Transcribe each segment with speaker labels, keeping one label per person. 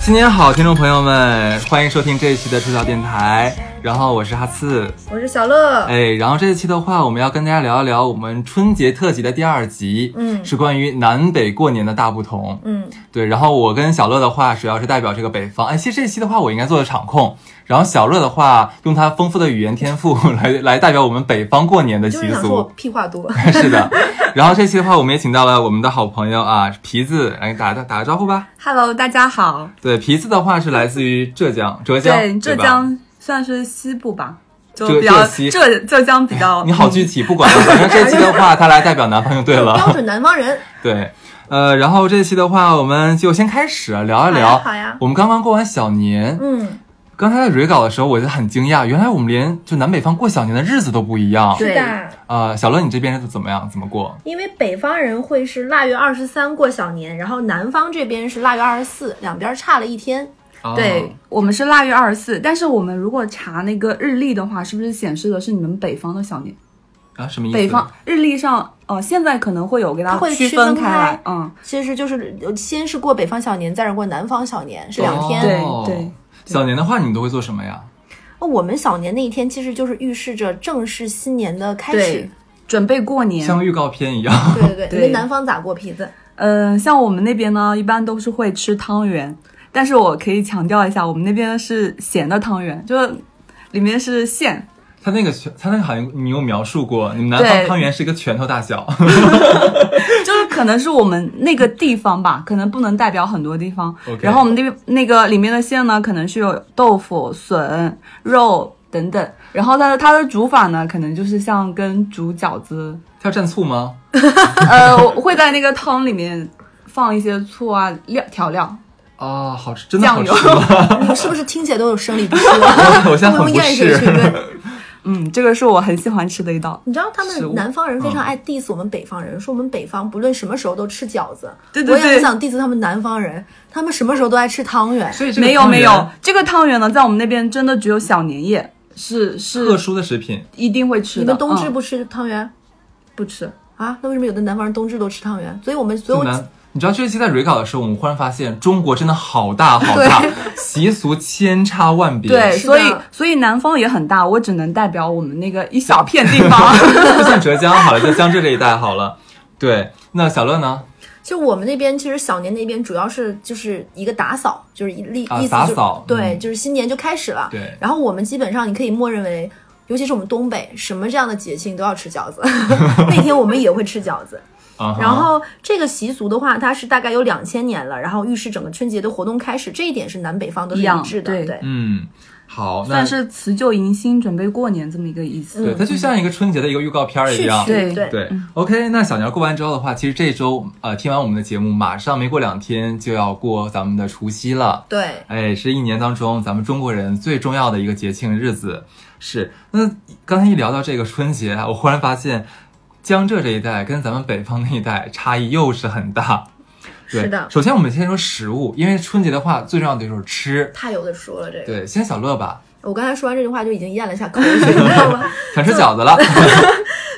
Speaker 1: 新年好，听众朋友们，欢迎收听这一期的出逃电台。然后我是哈刺，
Speaker 2: 我是小乐。
Speaker 1: 哎，然后这一期的话，我们要跟大家聊一聊我们春节特辑的第二集，
Speaker 2: 嗯
Speaker 1: 是关于南北过年的大不同。
Speaker 2: 嗯，
Speaker 1: 对，然后我跟小乐的话，主要是代表这个北方。哎，其实这一期的话，我应该做的场控，然后小乐的话，用他丰富的语言天赋 来来代表我们北方过年的
Speaker 2: 就是
Speaker 1: 习
Speaker 2: 想说我
Speaker 1: 俗。
Speaker 2: 屁话多。
Speaker 1: 是的，然后这期的话，我们也请到了我们的好朋友啊，皮子，来打打打个招呼吧。
Speaker 3: Hello，大家好。
Speaker 1: 对，皮子的话是来自于浙江，浙江，
Speaker 3: 对，浙
Speaker 1: 吧。
Speaker 3: 江算是西部吧，就
Speaker 1: 浙
Speaker 3: 比较
Speaker 1: 浙西
Speaker 3: 浙浙江比较。
Speaker 1: 你好具体，不管了，反正这期的 话，他来代表南方就 对
Speaker 2: 标
Speaker 1: 了。
Speaker 2: 准南方人，
Speaker 1: 对，呃，然后这期的话，我们就先开始啊聊一聊。
Speaker 2: 好呀好呀
Speaker 1: 我们刚刚过完小年，
Speaker 2: 嗯，
Speaker 1: 刚才在蕊稿的时候，我就很惊讶，原来我们连就南北方过小年的日子都不一样。
Speaker 2: 是
Speaker 3: 对
Speaker 2: 的，
Speaker 1: 呃，小乐，你这边是怎么样？怎么过？
Speaker 2: 因为北方人会是腊月二十三过小年，然后南方这边是腊月二十四，两边差了一天。
Speaker 1: 哦
Speaker 3: 对、我们是腊月二十四，但是我们如果查那个日历的话，是不是显示的是你们北方的小年？
Speaker 1: 啊，什么意思？
Speaker 3: 北方日历上，呃，现在可能会有给大
Speaker 2: 它会
Speaker 3: 家
Speaker 2: 区
Speaker 3: 区
Speaker 2: 分
Speaker 3: 分开来，嗯，
Speaker 2: 其实就是呃先是过北方小年，再是过南方小年，是两天。
Speaker 1: 哦
Speaker 3: 对对
Speaker 1: 小年的话，你们都会做什么呀？
Speaker 2: 哦我们小年那一天其实就是预示着正式新年的开始
Speaker 3: 对。，准备过年。
Speaker 1: 像预告片一样。
Speaker 2: 对对对，你
Speaker 3: 对
Speaker 2: 们南方咋过皮子？
Speaker 3: 呃，像我们那边呢，一般都是会吃汤圆，但是我可以强调一下，我们那边是咸的汤圆，就是里面是馅，
Speaker 1: 他那个拳，他那个好像你有描述过，你们南方
Speaker 3: 对
Speaker 1: 汤圆是一个拳头大小。
Speaker 3: 就是可能是我们那个地方吧，可能不能代表很多地方。
Speaker 1: OK
Speaker 3: 然后我们那边那个里面的馅呢，可能是有豆腐、笋、肉等等。然后它的它的煮法呢，可能就是像跟煮饺子，
Speaker 1: 他要蘸醋吗？
Speaker 3: 呃，我会在那个汤里面放一些醋啊料调料。
Speaker 1: 啊、好吃，真的好吃
Speaker 3: 酱油
Speaker 1: 吗？
Speaker 2: 你们是不是听起来都有生理不适？
Speaker 1: 我现在很不
Speaker 2: 咽水
Speaker 1: 适。
Speaker 2: 水润。
Speaker 3: 嗯，这个是我很喜欢吃的一道。
Speaker 2: 你知道他
Speaker 1: 食
Speaker 2: 们
Speaker 1: 物嗯
Speaker 2: 南方人非常爱 diss 我们北方人，说我们北方不论什么时候都吃饺子。
Speaker 3: 对对
Speaker 2: 我也很
Speaker 3: 对
Speaker 2: 想 diss 他们南方人，他们什么时候都爱吃汤圆。
Speaker 1: 所以这个
Speaker 3: 没有
Speaker 1: 汤圆
Speaker 3: 没有，这个汤圆呢，在我们那边真的只有小年夜是
Speaker 1: 特
Speaker 3: 是
Speaker 1: 殊的食品，
Speaker 3: 一定会吃的。
Speaker 2: 你们冬至
Speaker 3: 嗯
Speaker 2: 不吃汤圆、
Speaker 3: 不吃？
Speaker 2: 啊？那为什么有的南方人冬至都吃汤圆？所以我们所
Speaker 1: 就
Speaker 2: 有
Speaker 1: 难。你知道这一期在蕊稿的时候，我们忽然发现中国真的好大好大，习俗千差万别。
Speaker 3: 对，
Speaker 2: 是
Speaker 3: 哎所以
Speaker 2: 的
Speaker 3: 所以南方也很大，我只能代表我们那个一小片 地方。
Speaker 1: 不算浙江好了，就江浙这一带好了。对，那小乐呢？
Speaker 2: 就我们那边，其实小年那边主要是就是一个打扫，就是一例
Speaker 1: 啊
Speaker 2: 意思
Speaker 1: 打
Speaker 2: 就是
Speaker 1: 扫
Speaker 2: 对，
Speaker 1: 嗯
Speaker 2: 就是新年就开始了。
Speaker 1: 对
Speaker 2: 然后我们基本上你可以默认为，尤其是我们东北，什么这样的节庆都要 吃饺子。那天我们也会吃饺子。
Speaker 1: 啊哈，
Speaker 2: 然后这个习俗的话，它是大概有两千年了，然后预示整个春节的活动开始，这一点是南北方都是
Speaker 3: 一样
Speaker 2: 一致的，
Speaker 3: 对
Speaker 2: 对
Speaker 1: 嗯，好，那
Speaker 3: 算是辞旧迎新，准备过年这么一个意思。
Speaker 1: 对，它就像一个春节的一个预告片儿一
Speaker 2: 序
Speaker 1: 样。
Speaker 2: 曲
Speaker 3: 对
Speaker 2: 对。
Speaker 1: 对，OK，那小年儿过完之后的话，其实这周呃听完我们的节目，马上没过两天就要过咱们的除夕了。
Speaker 2: 对
Speaker 1: 哎，是一年当中咱们中国人最重要的一个节庆日子。是，那刚才一聊到这个春节啊，我忽然发现，江浙这一带跟咱们北方那一带差异又是很大。对
Speaker 2: 是的
Speaker 1: 首先我们先说食物，因为春节的话最重要的就是吃。
Speaker 2: 太有的说了这个，
Speaker 1: 对，先小乐吧，
Speaker 2: 我刚才说完这句话就已经咽了一下口水，你知道吗？
Speaker 1: 想吃饺子了。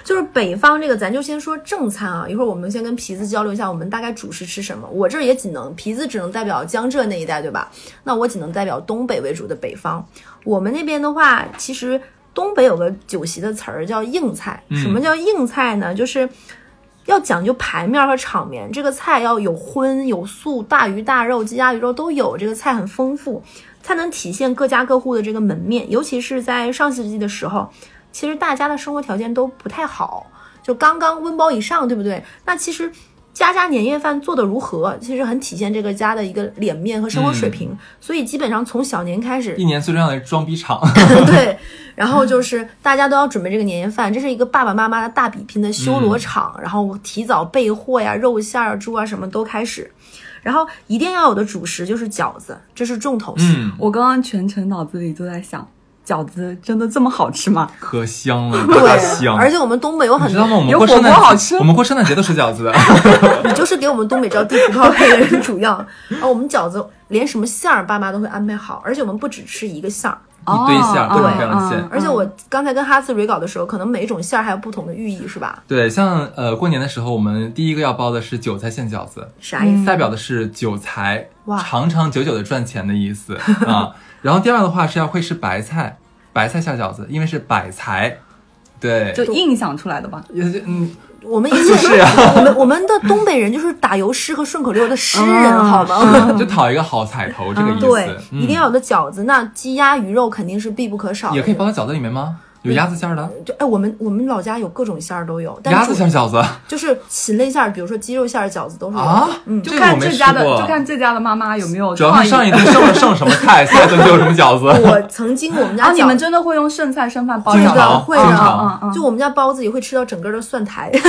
Speaker 2: 就是北方这个，咱就先说正餐啊，一会儿我们先跟皮子交流一下，我们大概主食吃什么。我这儿也仅能皮子只能代表江浙那一带，对吧？那我仅能代表东北为主的北方。我们那边的话，其实东北有个酒席的词儿叫硬菜。
Speaker 1: 嗯
Speaker 2: 什么叫硬菜呢？就是要讲究排面和场面，这个菜要有荤有素，大鱼大肉、鸡鸭鱼肉都有，这个菜很丰富，才能体现各家各户的这个门面。尤其是在上世纪的时候，其实大家的生活条件都不太好，就刚刚温饱以上，对不对？那其实家家年夜饭做得如何，其实很体现这个家的一个脸面和生活水平。所以基本上从小年开始
Speaker 1: 一，年最重要的是装逼场，
Speaker 2: 对，然后就是大家都要准备这个年夜饭，这是一个爸爸妈妈的大比拼的修罗场，然后提早备货呀、肉馅儿啊、猪啊什么都开始。然后一定要有的主食就是饺子，这是重头戏。
Speaker 1: 嗯，
Speaker 3: 我刚刚全程脑子里都在想，饺子真的这么好吃吗？
Speaker 1: 可香了，可
Speaker 2: 对，
Speaker 1: 香。
Speaker 2: 而且我们东北有
Speaker 1: 你
Speaker 2: 很
Speaker 1: 知
Speaker 2: 多
Speaker 1: 道吗？我们
Speaker 3: 有
Speaker 1: 过
Speaker 3: 火
Speaker 1: 圣诞
Speaker 3: 锅好
Speaker 1: 节
Speaker 3: 吃
Speaker 1: 我们过圣诞节都吃饺子。
Speaker 2: 你就是给我们东北招地图炮黑的哦人主要啊！我们饺子连什么馅儿爸妈都会安排好，而且我们不只吃一个馅儿，
Speaker 1: 一堆馅儿，
Speaker 3: 哦
Speaker 1: 各种各样的馅。
Speaker 3: 嗯
Speaker 2: 而且我刚才跟哈斯蕊搞的时候，可能每一种馅儿还有不同的寓意，是吧？
Speaker 1: 对，像呃过年的时候，我们第一个要包的是韭菜馅饺子，
Speaker 2: 啥意思？
Speaker 3: 嗯
Speaker 1: 代表的是久财
Speaker 2: 哇，
Speaker 1: 长长久久的赚钱的意 思啊。然后第二的话是要会吃白菜，白菜馅饺子，因为是百财，对，
Speaker 3: 就硬想出来的吧？
Speaker 1: 也是嗯，
Speaker 2: 我们以前
Speaker 1: 啊
Speaker 2: 我们我们的东北人就是打油诗和顺口溜的诗人，
Speaker 3: 嗯
Speaker 2: 好吗？
Speaker 1: 就讨一个好彩头这个意思。
Speaker 2: 对，
Speaker 1: 嗯
Speaker 2: 一定要有的饺子，那鸡鸭鱼肉肯定是必不可少的。
Speaker 1: 也可以包到饺子里面吗？
Speaker 3: 嗯
Speaker 1: 有鸭子馅儿的，
Speaker 2: 就哎，我们我们老家有各种馅儿都有，
Speaker 1: 鸭
Speaker 2: 但
Speaker 1: 子
Speaker 2: 是
Speaker 1: 馅儿饺子
Speaker 2: 就是禽类馅儿，比如说鸡肉馅儿、饺子都是有的。
Speaker 1: 啊，
Speaker 2: 嗯，
Speaker 1: 这
Speaker 3: 就
Speaker 1: 个我
Speaker 3: 看
Speaker 1: 没
Speaker 3: 这
Speaker 1: 吃
Speaker 3: 家的，
Speaker 1: 过。啊
Speaker 3: 就看这家的妈妈有没有
Speaker 1: 主要
Speaker 3: 创
Speaker 1: 是
Speaker 3: 意。
Speaker 1: 上一顿剩了剩什么 菜，下一顿就有什么饺子。
Speaker 2: 我曾经我啊们
Speaker 3: 然
Speaker 2: 家
Speaker 3: 后啊你
Speaker 2: 饺
Speaker 3: 们
Speaker 2: 子。
Speaker 3: 真的会用剩菜剩饭包
Speaker 1: 经
Speaker 3: 饺子
Speaker 2: 的
Speaker 1: 常
Speaker 2: 会
Speaker 1: 经
Speaker 2: 的
Speaker 1: 常，
Speaker 3: 嗯嗯
Speaker 2: 就我们家包子也会吃到整个的蒜苔，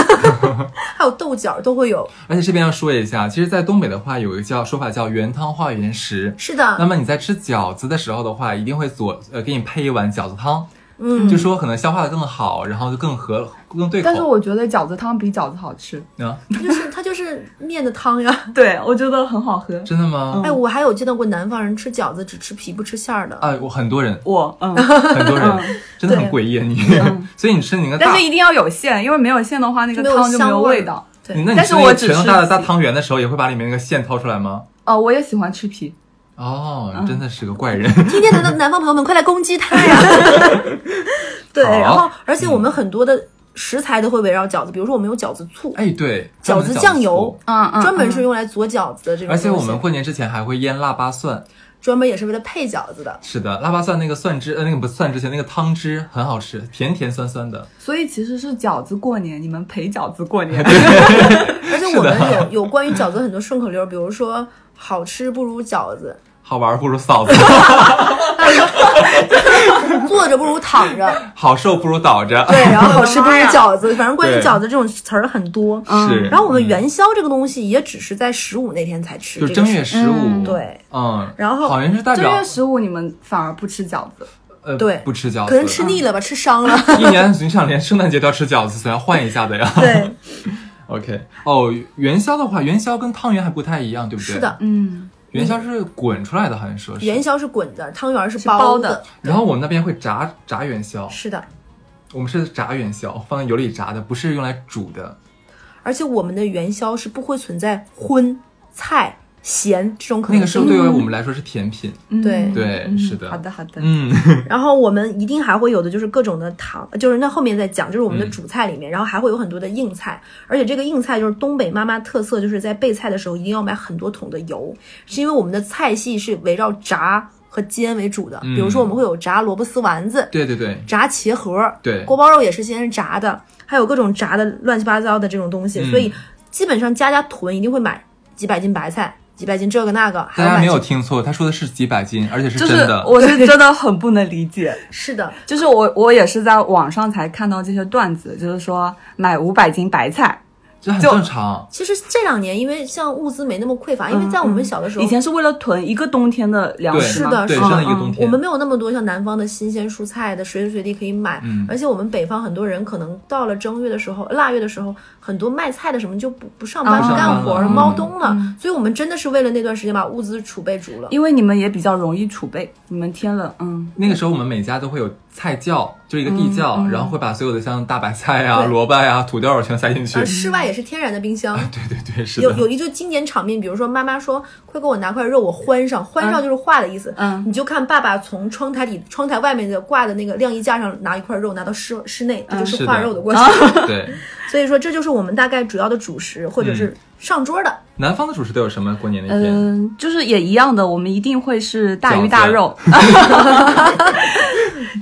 Speaker 2: 还有豆角都会有。
Speaker 1: 而且这边要说一下，其实，在东北的话，有一个叫说法叫“原汤化原食”。
Speaker 2: 是
Speaker 1: 那
Speaker 2: 的，
Speaker 1: 么你在吃饺子的时候的话，一定会左呃给你配一碗饺子汤，
Speaker 2: 嗯，
Speaker 1: 就说可能消化的更好，然后就更合更对口。
Speaker 3: 但是我觉得饺子汤比饺子好吃，
Speaker 1: 啊，
Speaker 2: 它就是它就是面的汤呀。
Speaker 3: 对我觉得很好喝。
Speaker 1: 真的
Speaker 3: 嗯
Speaker 1: 吗？
Speaker 2: 哎，我还有见到过南方人吃饺子只吃皮不吃馅儿的，
Speaker 1: 嗯啊，我很多人，
Speaker 3: 我嗯，
Speaker 1: 很多人
Speaker 3: 嗯
Speaker 1: 真的很诡异啊，你。 所以你吃你那个
Speaker 3: 但
Speaker 1: 大
Speaker 3: 是，一定要有馅，因为没有馅的话，那个
Speaker 2: 没有
Speaker 3: 汤就没
Speaker 2: 香
Speaker 3: 有
Speaker 2: 味
Speaker 3: 味
Speaker 2: 儿
Speaker 3: 道。
Speaker 1: 你那你
Speaker 3: 但是
Speaker 1: 吃那
Speaker 3: 我
Speaker 1: 个
Speaker 3: 只
Speaker 1: 拳头
Speaker 3: 吃
Speaker 1: 大的
Speaker 3: 皮
Speaker 1: 大汤圆的时候，也会把里面那个馅掏出来吗？
Speaker 3: 呃，我也喜欢吃皮，
Speaker 1: 哦，真的是个怪人。
Speaker 3: 嗯
Speaker 2: 今天的南方朋友们，快来攻击 他呀！对，
Speaker 1: 好
Speaker 2: 然后而且我们很多的食材都会围绕饺子，比如说我们有饺子醋，
Speaker 1: 哎，对，
Speaker 2: 饺
Speaker 1: 专门
Speaker 2: 子
Speaker 1: 的
Speaker 2: 酱
Speaker 1: 醋
Speaker 2: 油，
Speaker 3: 嗯嗯，
Speaker 2: 专门
Speaker 3: 嗯
Speaker 2: 是用来佐饺子的这种东
Speaker 1: 而
Speaker 2: 西，
Speaker 1: 且我们过年之前还会腌腊八蒜，
Speaker 2: 专门也是为了配饺 子的。
Speaker 1: 是的，腊八蒜那个蒜汁，呃，那个不是蒜汁，那个汤汁很好吃，甜甜酸酸的。
Speaker 3: 所以其实是饺子过年，你们陪饺子过 年。
Speaker 2: 而且我们有有关于饺子很多顺口溜，比如说好吃不如饺子，
Speaker 1: 好玩不如嫂 子，
Speaker 2: 坐着不如躺着，
Speaker 1: 好受不如倒 着。
Speaker 2: 对，然后好吃不如
Speaker 3: 妈呀
Speaker 2: 饺子，反正关于
Speaker 1: 对
Speaker 2: 饺子这种词儿很多。
Speaker 1: 是。
Speaker 2: 然后我们
Speaker 1: 嗯
Speaker 2: 元宵这个东西也只是在十五那天才吃，
Speaker 1: 就是正月十五，
Speaker 3: 嗯
Speaker 2: 对，
Speaker 1: 嗯，
Speaker 2: 然后
Speaker 1: 好像是代
Speaker 3: 正月
Speaker 1: 表
Speaker 3: 十五你们反而不吃饺子，
Speaker 1: 呃
Speaker 2: 对
Speaker 1: 不吃饺子，
Speaker 2: 可能 吃腻了吧，吃伤了。
Speaker 1: 一年你想连圣诞节都要吃饺子，总要换一下 的呀。
Speaker 2: 对，
Speaker 1: OK，哦，元宵的话，元宵跟汤圆还不太一样，对不对？
Speaker 2: 是的，，
Speaker 3: 嗯，
Speaker 1: 元宵是滚出来的，好像说是。
Speaker 2: 元宵是滚的，汤圆是
Speaker 3: 是包
Speaker 2: 的
Speaker 3: 的。
Speaker 1: 然后我们那边会炸炸元宵，
Speaker 2: 是的，
Speaker 1: 我们是炸元宵，放在油里炸的，不是用来煮的。
Speaker 2: 而且我们的元宵是不会存在荤菜咸这种可
Speaker 1: 那
Speaker 2: 能
Speaker 1: 个时
Speaker 2: 性
Speaker 1: 候
Speaker 2: 的。
Speaker 1: 对于我们来说是甜品。
Speaker 3: 嗯
Speaker 2: 对
Speaker 1: 对
Speaker 3: 嗯
Speaker 1: 是的
Speaker 3: 好的好的，
Speaker 1: 嗯，
Speaker 2: 然后我们一定还会有的就是各种的糖，就是那后面再讲，就是我们的
Speaker 1: 嗯
Speaker 2: 主菜里面，然后还会有很多的硬菜，而且这个硬菜就是东北妈妈特色，就是在备菜的时候一定要买很多桶的油，是因为我们的菜系是围绕炸和煎为主的，
Speaker 1: 嗯
Speaker 2: 比如说我们会有炸萝卜丝丸子、
Speaker 1: 对对对
Speaker 2: 炸茄盒，
Speaker 1: 对，
Speaker 2: 锅包肉也是先是炸的，还有各种炸的乱七八糟的这种东西，
Speaker 1: 嗯
Speaker 2: 所以基本上家家囤一定会买几百斤白菜，几百斤这个那个，
Speaker 1: 大
Speaker 2: 还要
Speaker 1: 家
Speaker 2: 买
Speaker 1: 没有
Speaker 2: 几
Speaker 1: 听错，他说的是几百斤，而且是
Speaker 3: 就
Speaker 1: 真
Speaker 3: 是
Speaker 1: 的。
Speaker 3: 我是真的很不能理解，
Speaker 2: 是的，
Speaker 3: 就是我我也是在网上才看到这些段子，就是说买五百斤白菜，
Speaker 1: 这很
Speaker 3: 就
Speaker 1: 正常。
Speaker 2: 其实这两年因为像物资没那么匮乏，因为在我们小的时候，
Speaker 3: 嗯以前是为了囤一个冬天的粮
Speaker 1: 对，
Speaker 3: 食
Speaker 2: 是
Speaker 3: 嘛，
Speaker 2: 的
Speaker 1: 对，
Speaker 2: 是
Speaker 1: 真
Speaker 2: 的
Speaker 1: 的一个冬
Speaker 3: 嗯
Speaker 1: 天。
Speaker 2: 我们没有那么多像南方的新鲜蔬菜的，随时随地可以买。
Speaker 1: 嗯
Speaker 2: 而且我们北方很多人可能到了正月的时候、腊月的时候，很多卖菜的什么就不不上班、
Speaker 3: 啊
Speaker 2: 不干活了，
Speaker 1: 嗯
Speaker 2: 猫冬了。所以我们真的是为了那段时间把物资储备足了。
Speaker 3: 因为你们也比较容易储备，你们天冷，嗯，
Speaker 1: 那个时候我们每家都会有菜窖，就是一个地窖，然后会把所有的像大白菜啊、
Speaker 2: 对
Speaker 1: 萝卜呀、土豆儿全塞进去
Speaker 3: 啊
Speaker 2: 而。室外也是天然的冰箱。
Speaker 1: 对对对，是
Speaker 2: 有
Speaker 1: 的。
Speaker 2: 有一句经典场面，比如说妈妈说：“快给我拿块肉，我欢上。”欢上就是化的意思。
Speaker 3: 嗯
Speaker 2: 你就看爸爸从窗台里、窗台外面的挂的那个晾衣架上拿一块肉拿到室室内，
Speaker 3: 嗯
Speaker 2: 这就是
Speaker 1: 是
Speaker 2: 化
Speaker 1: 的
Speaker 2: 肉的过
Speaker 3: 啊
Speaker 2: 程。
Speaker 1: 对，
Speaker 2: 所以说，这就是我们大概主要的主食或者是上桌的。
Speaker 1: 南方的主食都有什么？过年那天，
Speaker 3: 嗯，就是也一样的，我们一定会是大鱼大肉，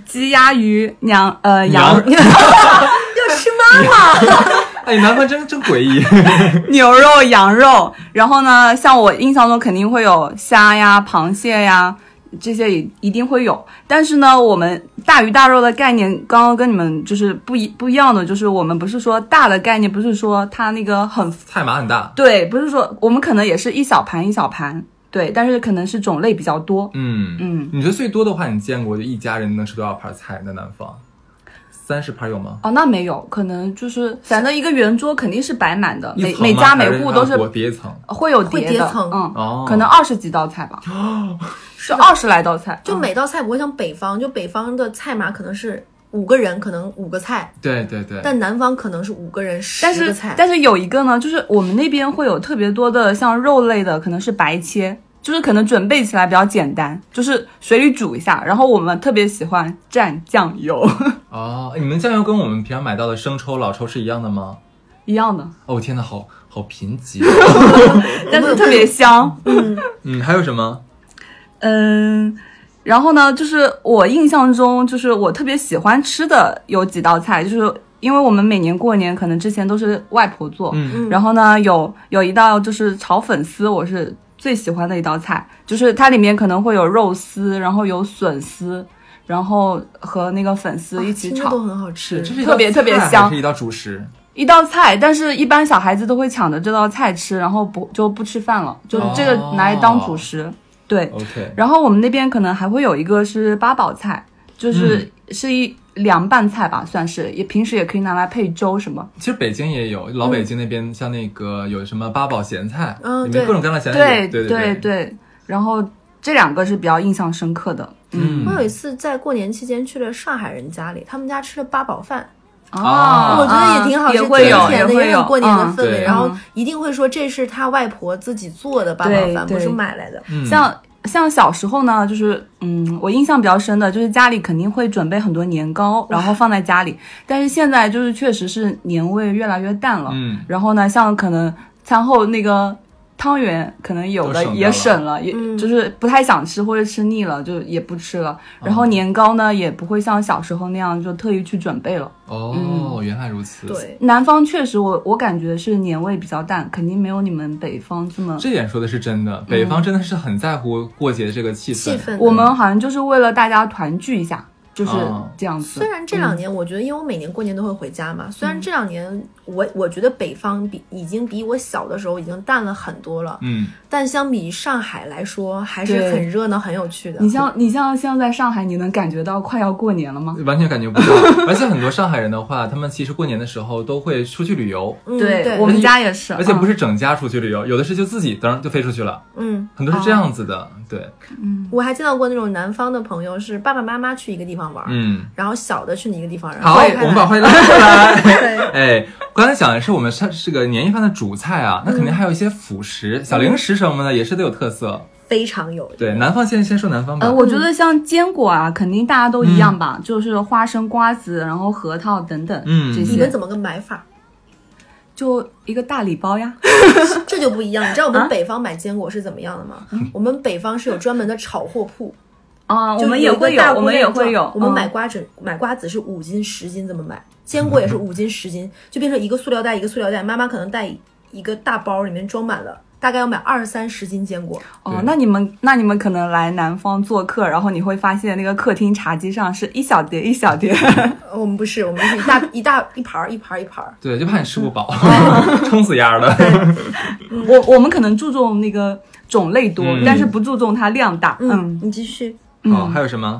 Speaker 3: 鸡鸭鱼娘呃羊
Speaker 2: 要吃妈妈，
Speaker 1: 哎，南方真真诡异。
Speaker 3: 牛肉羊肉，然后呢，像我印象中肯定会有虾呀、螃蟹呀这些也一定会有，但是呢，我们大鱼大肉的概念刚刚跟你们就是不一不一样的，就是我们不是说大的概念，不是说它那个很
Speaker 1: 菜码很大，
Speaker 3: 对，不是说我们可能也是一小盘一小盘，对，但是可能是种类比较多，
Speaker 1: 嗯
Speaker 3: 嗯。
Speaker 1: 你觉得最多的话，你见过就一家人能吃多少盘菜？在南方，三十盘有吗？
Speaker 3: 哦，那没有，可能就是反正一个圆桌肯定是摆满的，
Speaker 1: 一
Speaker 3: 每
Speaker 1: 层
Speaker 3: 每
Speaker 1: 吗
Speaker 3: 家
Speaker 1: 还
Speaker 3: 每户都
Speaker 1: 让
Speaker 3: 是
Speaker 1: 裹叠一层。
Speaker 3: 会有
Speaker 2: 会
Speaker 3: 叠的，
Speaker 2: 叠层
Speaker 3: 嗯，
Speaker 1: 哦
Speaker 3: 可能二十几道菜吧。是二十来道菜，
Speaker 2: 就
Speaker 3: 嗯
Speaker 2: 每道菜不会像北方，就北方的菜码可能是五个人，可能五个菜，
Speaker 1: 对对对，
Speaker 2: 但南方可能是五个人十
Speaker 3: 但
Speaker 2: 个
Speaker 3: 是
Speaker 2: 菜。
Speaker 3: 但是有一个呢，就是我们那边会有特别多的像肉类的，可能是白切，就是可能准备起来比较简单，就是水里煮一下。然后我们特别喜欢蘸酱油，
Speaker 1: 哦，你们酱油跟我们平常买到的生抽、老抽是一样的吗？
Speaker 3: 一样的，
Speaker 1: 哦，天哪，好好贫瘠、哦。
Speaker 3: 但是特别香。
Speaker 1: 嗯，还有什么？
Speaker 3: 嗯，然后呢，就是我印象中，就是我特别喜欢吃的有几道菜，就是因为我们每年过年可能之前都是外婆做，
Speaker 1: 嗯
Speaker 3: 然后呢，有有一道就是炒粉丝，我是最喜欢的一道菜，就是它里面可能会有肉丝，然后有笋丝，然后和那个粉丝一起
Speaker 2: 听着
Speaker 3: 炒、
Speaker 2: 啊都很好吃，
Speaker 1: 这是一
Speaker 3: 特别
Speaker 1: 道菜
Speaker 3: 特别
Speaker 1: 还
Speaker 3: 香
Speaker 1: 是一道主食。
Speaker 3: 一道菜，但是一般小孩子都会抢着这道菜吃，然后不就不吃饭了，就这个拿来当主食。对，
Speaker 1: OK，
Speaker 3: 然后我们那边可能还会有一个是八宝菜，就是、是一凉拌菜吧，算是也平时也可以拿来配粥什么。
Speaker 1: 其实北京也有，老北京那边像那个有什么八宝咸菜，
Speaker 2: 嗯
Speaker 1: 里
Speaker 2: 对
Speaker 1: 面各种各样的咸菜有，
Speaker 3: 对
Speaker 1: 对对
Speaker 3: 对，然后这两个是比较印象深刻的。
Speaker 1: 嗯
Speaker 2: 我有一次在过年期间去了上海人家里，他们家吃了八宝饭，
Speaker 1: 啊
Speaker 2: 我觉得也挺好吃，
Speaker 3: 也会有，
Speaker 2: 甜甜的，
Speaker 3: 也会有
Speaker 2: 点过年的
Speaker 3: 嗯
Speaker 2: 氛围。
Speaker 1: 对
Speaker 2: 然后一定会说这是他外婆自己做的八宝
Speaker 3: 对
Speaker 2: 饭，
Speaker 3: 对
Speaker 2: 不是买来的。
Speaker 1: 嗯，
Speaker 3: 像像小时候呢，就是嗯，我印象比较深的就是家里肯定会准备很多年糕，然后放在家里。但是现在就是确实是年味越来越淡了。
Speaker 1: 嗯
Speaker 3: 然后呢，像可能餐后那个汤圆，可能有
Speaker 1: 都
Speaker 3: 的
Speaker 1: 省掉
Speaker 3: 也
Speaker 1: 了
Speaker 3: 省了，也
Speaker 2: 嗯
Speaker 3: 就是不太想吃或者吃腻了，就也不吃了。然后
Speaker 1: 哦
Speaker 3: 年糕呢，也不会像小时候那样就特意去准备了。
Speaker 1: 哦，原来如此。，
Speaker 2: 对，
Speaker 3: 南方确实我，我感觉是年味比较淡，肯定没有你们北方这么。
Speaker 1: 这点说的是真的，北方真的是很在乎过节这个气氛。
Speaker 2: 气氛。
Speaker 3: 我们好像就是为了大家团聚一下，就是
Speaker 1: 哦
Speaker 3: 这样
Speaker 2: 嗯
Speaker 3: 子。
Speaker 2: 虽然这
Speaker 1: 嗯
Speaker 2: 两年，我觉得，因为我每年过年都会回家嘛。虽然这两年，我我觉得北方比已经比我小的时候已经淡了很多了，
Speaker 1: 嗯，
Speaker 2: 但相比上海来说，还是
Speaker 3: 对
Speaker 2: 很热闹、很有趣的。
Speaker 3: 你像你像像在上海，你能感觉到快要过年了吗？
Speaker 1: 完全感觉不到。而且很多上海人的话，他们其实过年的时候都会出去旅游，
Speaker 2: 嗯
Speaker 3: 我
Speaker 2: 对，
Speaker 3: 们家也是，
Speaker 1: 而且不
Speaker 3: 是、
Speaker 1: 是整家出去旅游，有的是就自己噔就飞出去了，
Speaker 2: 嗯，
Speaker 1: 很多是这样子的。对，
Speaker 2: 我还见到过那种南方的朋友，是爸爸妈妈去一个地方玩，
Speaker 1: 嗯，
Speaker 2: 然后小的去一个地方，然后
Speaker 1: 好，哎我
Speaker 2: 快快
Speaker 1: 们把话题拉回来。
Speaker 2: 对
Speaker 1: 哎，刚才讲的是我们上这个年夜饭的主菜啊，那肯定还有一些辅食、小零食什么的，也是都有特色。
Speaker 2: 非常有
Speaker 1: 对，南方先先说南方吧
Speaker 3: 呃，。我觉得像坚果啊，肯定大家都一样吧，就是花生、瓜子，然后核桃等等，
Speaker 1: 嗯
Speaker 3: 这
Speaker 2: 你们
Speaker 3: 些
Speaker 2: 怎么个买法？
Speaker 3: 就一个大礼包呀。
Speaker 2: 这就不一样。你知道我
Speaker 1: 啊
Speaker 2: 们北方买坚果是怎么样的吗？
Speaker 1: 嗯
Speaker 2: 我们北方是有专门的炒货铺，
Speaker 3: 啊、我
Speaker 2: 就
Speaker 3: 们
Speaker 2: 有
Speaker 3: 也
Speaker 2: 一个
Speaker 3: 会有
Speaker 2: 大，
Speaker 3: 我
Speaker 2: 姑
Speaker 3: 们也
Speaker 2: 娘
Speaker 3: 会
Speaker 2: 状
Speaker 3: 有，
Speaker 2: 我们
Speaker 3: 嗯
Speaker 2: 买瓜子，买瓜子是五斤十斤这么买，坚果也是五斤十斤，就变成一个塑料袋一个塑料袋。妈妈可能带一个大包，里面装满了。大概要买二三十斤坚果，
Speaker 3: 哦
Speaker 1: 对，
Speaker 3: 那你们那你们可能来南方做客，然后你会发现那个客厅茶几上是一小碟一小 碟，
Speaker 2: 呃我们不是，我们是一大一大一盘儿一盘儿一盘儿。
Speaker 1: 对，就怕你吃不饱， 撑死丫的。
Speaker 3: 我我们可能注重那个种类多，
Speaker 1: 嗯
Speaker 3: 但是不注重它量大。嗯，
Speaker 2: 你继续。
Speaker 1: 好，还有什么？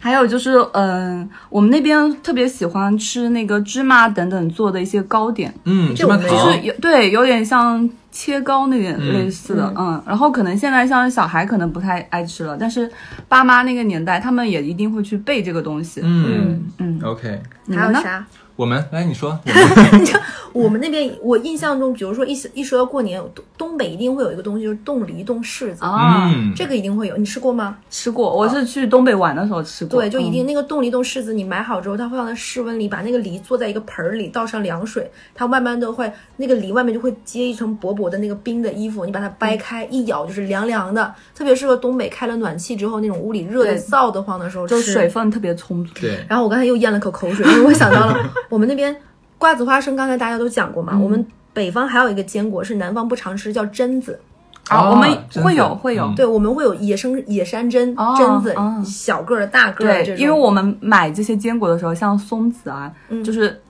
Speaker 3: 还有就是，嗯、我们那边特别喜欢吃那个芝麻等等做的一些糕点，
Speaker 1: 嗯，芝
Speaker 2: 这
Speaker 1: 麻
Speaker 2: 我没有
Speaker 3: 就
Speaker 1: 糖
Speaker 3: 是。有对有点像切糕那点类似的，嗯然后可能现在像小孩可能不太爱吃了，但是爸妈那个年代他们也一定会去备这个东西。
Speaker 1: 嗯
Speaker 3: 嗯
Speaker 1: ，OK，
Speaker 3: 你
Speaker 2: 还
Speaker 3: 们
Speaker 2: 有
Speaker 3: 呢？
Speaker 2: 啥？
Speaker 1: 我们来你说，
Speaker 2: 我们那边我印象中，比如说一一说到过年，东东北一定会有一个东西，就是冻梨、冻柿子，
Speaker 3: 啊，
Speaker 1: 嗯，
Speaker 2: 这个一定会有。你吃过吗？
Speaker 3: 吃过，我是去东北玩的时候吃过。
Speaker 2: 对，就一
Speaker 3: 嗯
Speaker 2: 定那个冻梨冻柿子，你买好之后，它会放在室温里，把那个梨做在一个盆儿里，倒上凉水，它慢慢的会，那个梨外面就会结一层薄薄的那个冰的衣服，你把它
Speaker 3: 嗯
Speaker 2: 掰开，一咬就是凉凉的，特别适合东北开了暖气之后那种屋里热的
Speaker 3: 对
Speaker 2: 燥得慌的时候
Speaker 3: 嗯就
Speaker 2: 吃。
Speaker 3: 水分特别充足。
Speaker 1: 对，
Speaker 2: 然后我刚才又咽了口口水，因为我想到了我们那边瓜子花生，刚才大家都讲过嘛，
Speaker 3: 嗯
Speaker 2: 我们北方还有一个坚果是南方不常吃，叫榛子。
Speaker 3: 啊，
Speaker 1: 哦
Speaker 3: 我们
Speaker 1: 真的
Speaker 3: 会有会有
Speaker 1: 嗯，
Speaker 2: 对，我们会有野生野山榛、
Speaker 3: 哦
Speaker 2: 榛子，
Speaker 3: 哦
Speaker 2: 小个儿、大个儿的这种。
Speaker 3: 对，
Speaker 2: 嗯
Speaker 3: 因为我们买这些坚果的时候，像松子啊，就是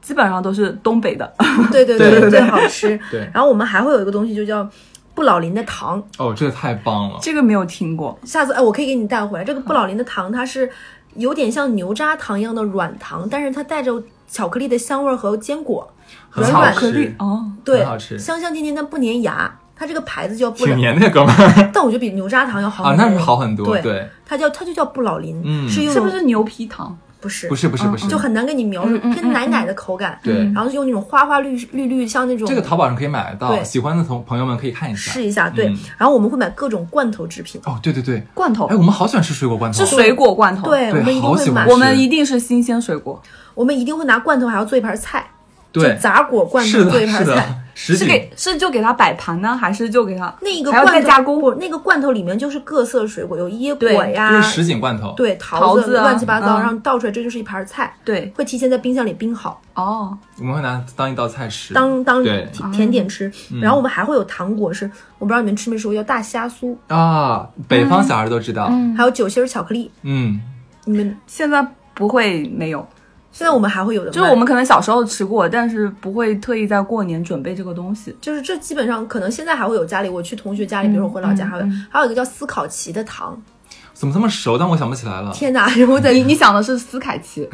Speaker 3: 基本上都是东北的。
Speaker 2: 对对
Speaker 1: 对对
Speaker 2: 最好吃。
Speaker 1: 对
Speaker 2: 然后我们还会有一个东西，就叫不老林的糖。
Speaker 1: 哦，这个太棒了，
Speaker 3: 这个没有听过，
Speaker 2: 下次哎，我可以给你带回来。这个不老林的糖，它是有点像牛轧糖一样的软糖，但是它带着巧克力的香味儿和坚果，
Speaker 1: 很
Speaker 2: 软
Speaker 1: 好
Speaker 2: 软
Speaker 3: 巧克
Speaker 1: 吃
Speaker 3: 力，哦，
Speaker 2: 对
Speaker 1: 很好，吃
Speaker 2: 香香甜甜，但不粘牙。它这个牌子叫不
Speaker 1: 挺
Speaker 2: 老，
Speaker 1: 黏的哥们儿
Speaker 2: 但我觉得比牛轧糖要好
Speaker 1: 啊，
Speaker 2: 很多
Speaker 1: 那是好很多，
Speaker 2: 对
Speaker 1: 对，
Speaker 2: 它叫它就叫不老林，
Speaker 1: 嗯
Speaker 2: 是用
Speaker 3: 是不是牛皮糖？
Speaker 2: 不是
Speaker 1: 不是不是
Speaker 3: 嗯
Speaker 1: 不是，
Speaker 2: 就很难跟你描述
Speaker 3: 嗯嗯嗯
Speaker 2: 偏奶奶的口感，
Speaker 1: 对
Speaker 2: 然后用那种花花绿绿绿，像那种
Speaker 1: 这个淘宝上可以买得到，
Speaker 2: 对
Speaker 1: 喜欢的同朋友们可以看一下
Speaker 2: 试。一下，对
Speaker 1: 嗯。
Speaker 2: 然后我们会买各种罐头制品，
Speaker 1: 哦，对对对，
Speaker 3: 罐头
Speaker 1: 哎，我们好喜欢吃水果罐头
Speaker 3: 是，水果罐头，
Speaker 2: 对，
Speaker 1: 对
Speaker 2: 我们一定
Speaker 1: 好
Speaker 2: 会
Speaker 1: 喜欢
Speaker 2: 买
Speaker 1: 吃，
Speaker 3: 我们一定是新鲜水果，
Speaker 2: 我们一定会拿罐头，还要做一盘菜，就
Speaker 1: 对，
Speaker 2: 杂果罐
Speaker 1: 是
Speaker 2: 头做一
Speaker 1: 的，是
Speaker 2: 盘菜。
Speaker 1: 的， 实
Speaker 3: 是
Speaker 1: 景
Speaker 3: 给是就给它摆盘呢，还是就给它
Speaker 2: 那个
Speaker 3: 还要
Speaker 2: 罐
Speaker 3: 再
Speaker 2: 头
Speaker 3: 加工？
Speaker 2: 不，那个罐头里面就是各色水果，有椰果
Speaker 3: 对
Speaker 1: 就
Speaker 2: 呀
Speaker 1: 是，实景罐头，
Speaker 2: 对，桃
Speaker 3: 桃子啊
Speaker 2: 乱七八糟，
Speaker 3: 嗯
Speaker 2: 然后倒出来，这就是一盘菜，
Speaker 3: 对，
Speaker 2: 会提前在冰箱里冰好，
Speaker 3: 哦，
Speaker 1: 我们会拿当一道菜吃。
Speaker 2: 当当
Speaker 1: 嗯对嗯
Speaker 2: 甜甜点吃。然后我们还会有糖果，是我不知道你们吃没吃过，叫大虾酥，
Speaker 1: 啊，北
Speaker 2: 嗯
Speaker 1: 方小孩都知道，
Speaker 2: 还有酒心儿巧克力。
Speaker 1: 嗯，
Speaker 2: 你们
Speaker 3: 现在不会没有，
Speaker 2: 现在我们还会有的卖，
Speaker 3: 就是我们可能小时候吃过，但是不会特意在过年准备这个东西。
Speaker 2: 就是这基本上可能现在还会有家里，我去同学家里，比如说回老家
Speaker 3: 嗯
Speaker 2: 还会有，还有一个叫斯考奇的糖，
Speaker 1: 怎么这么熟？但我想不起来了。
Speaker 2: 天哪！ 我在
Speaker 3: 你你想的是斯 凯奇，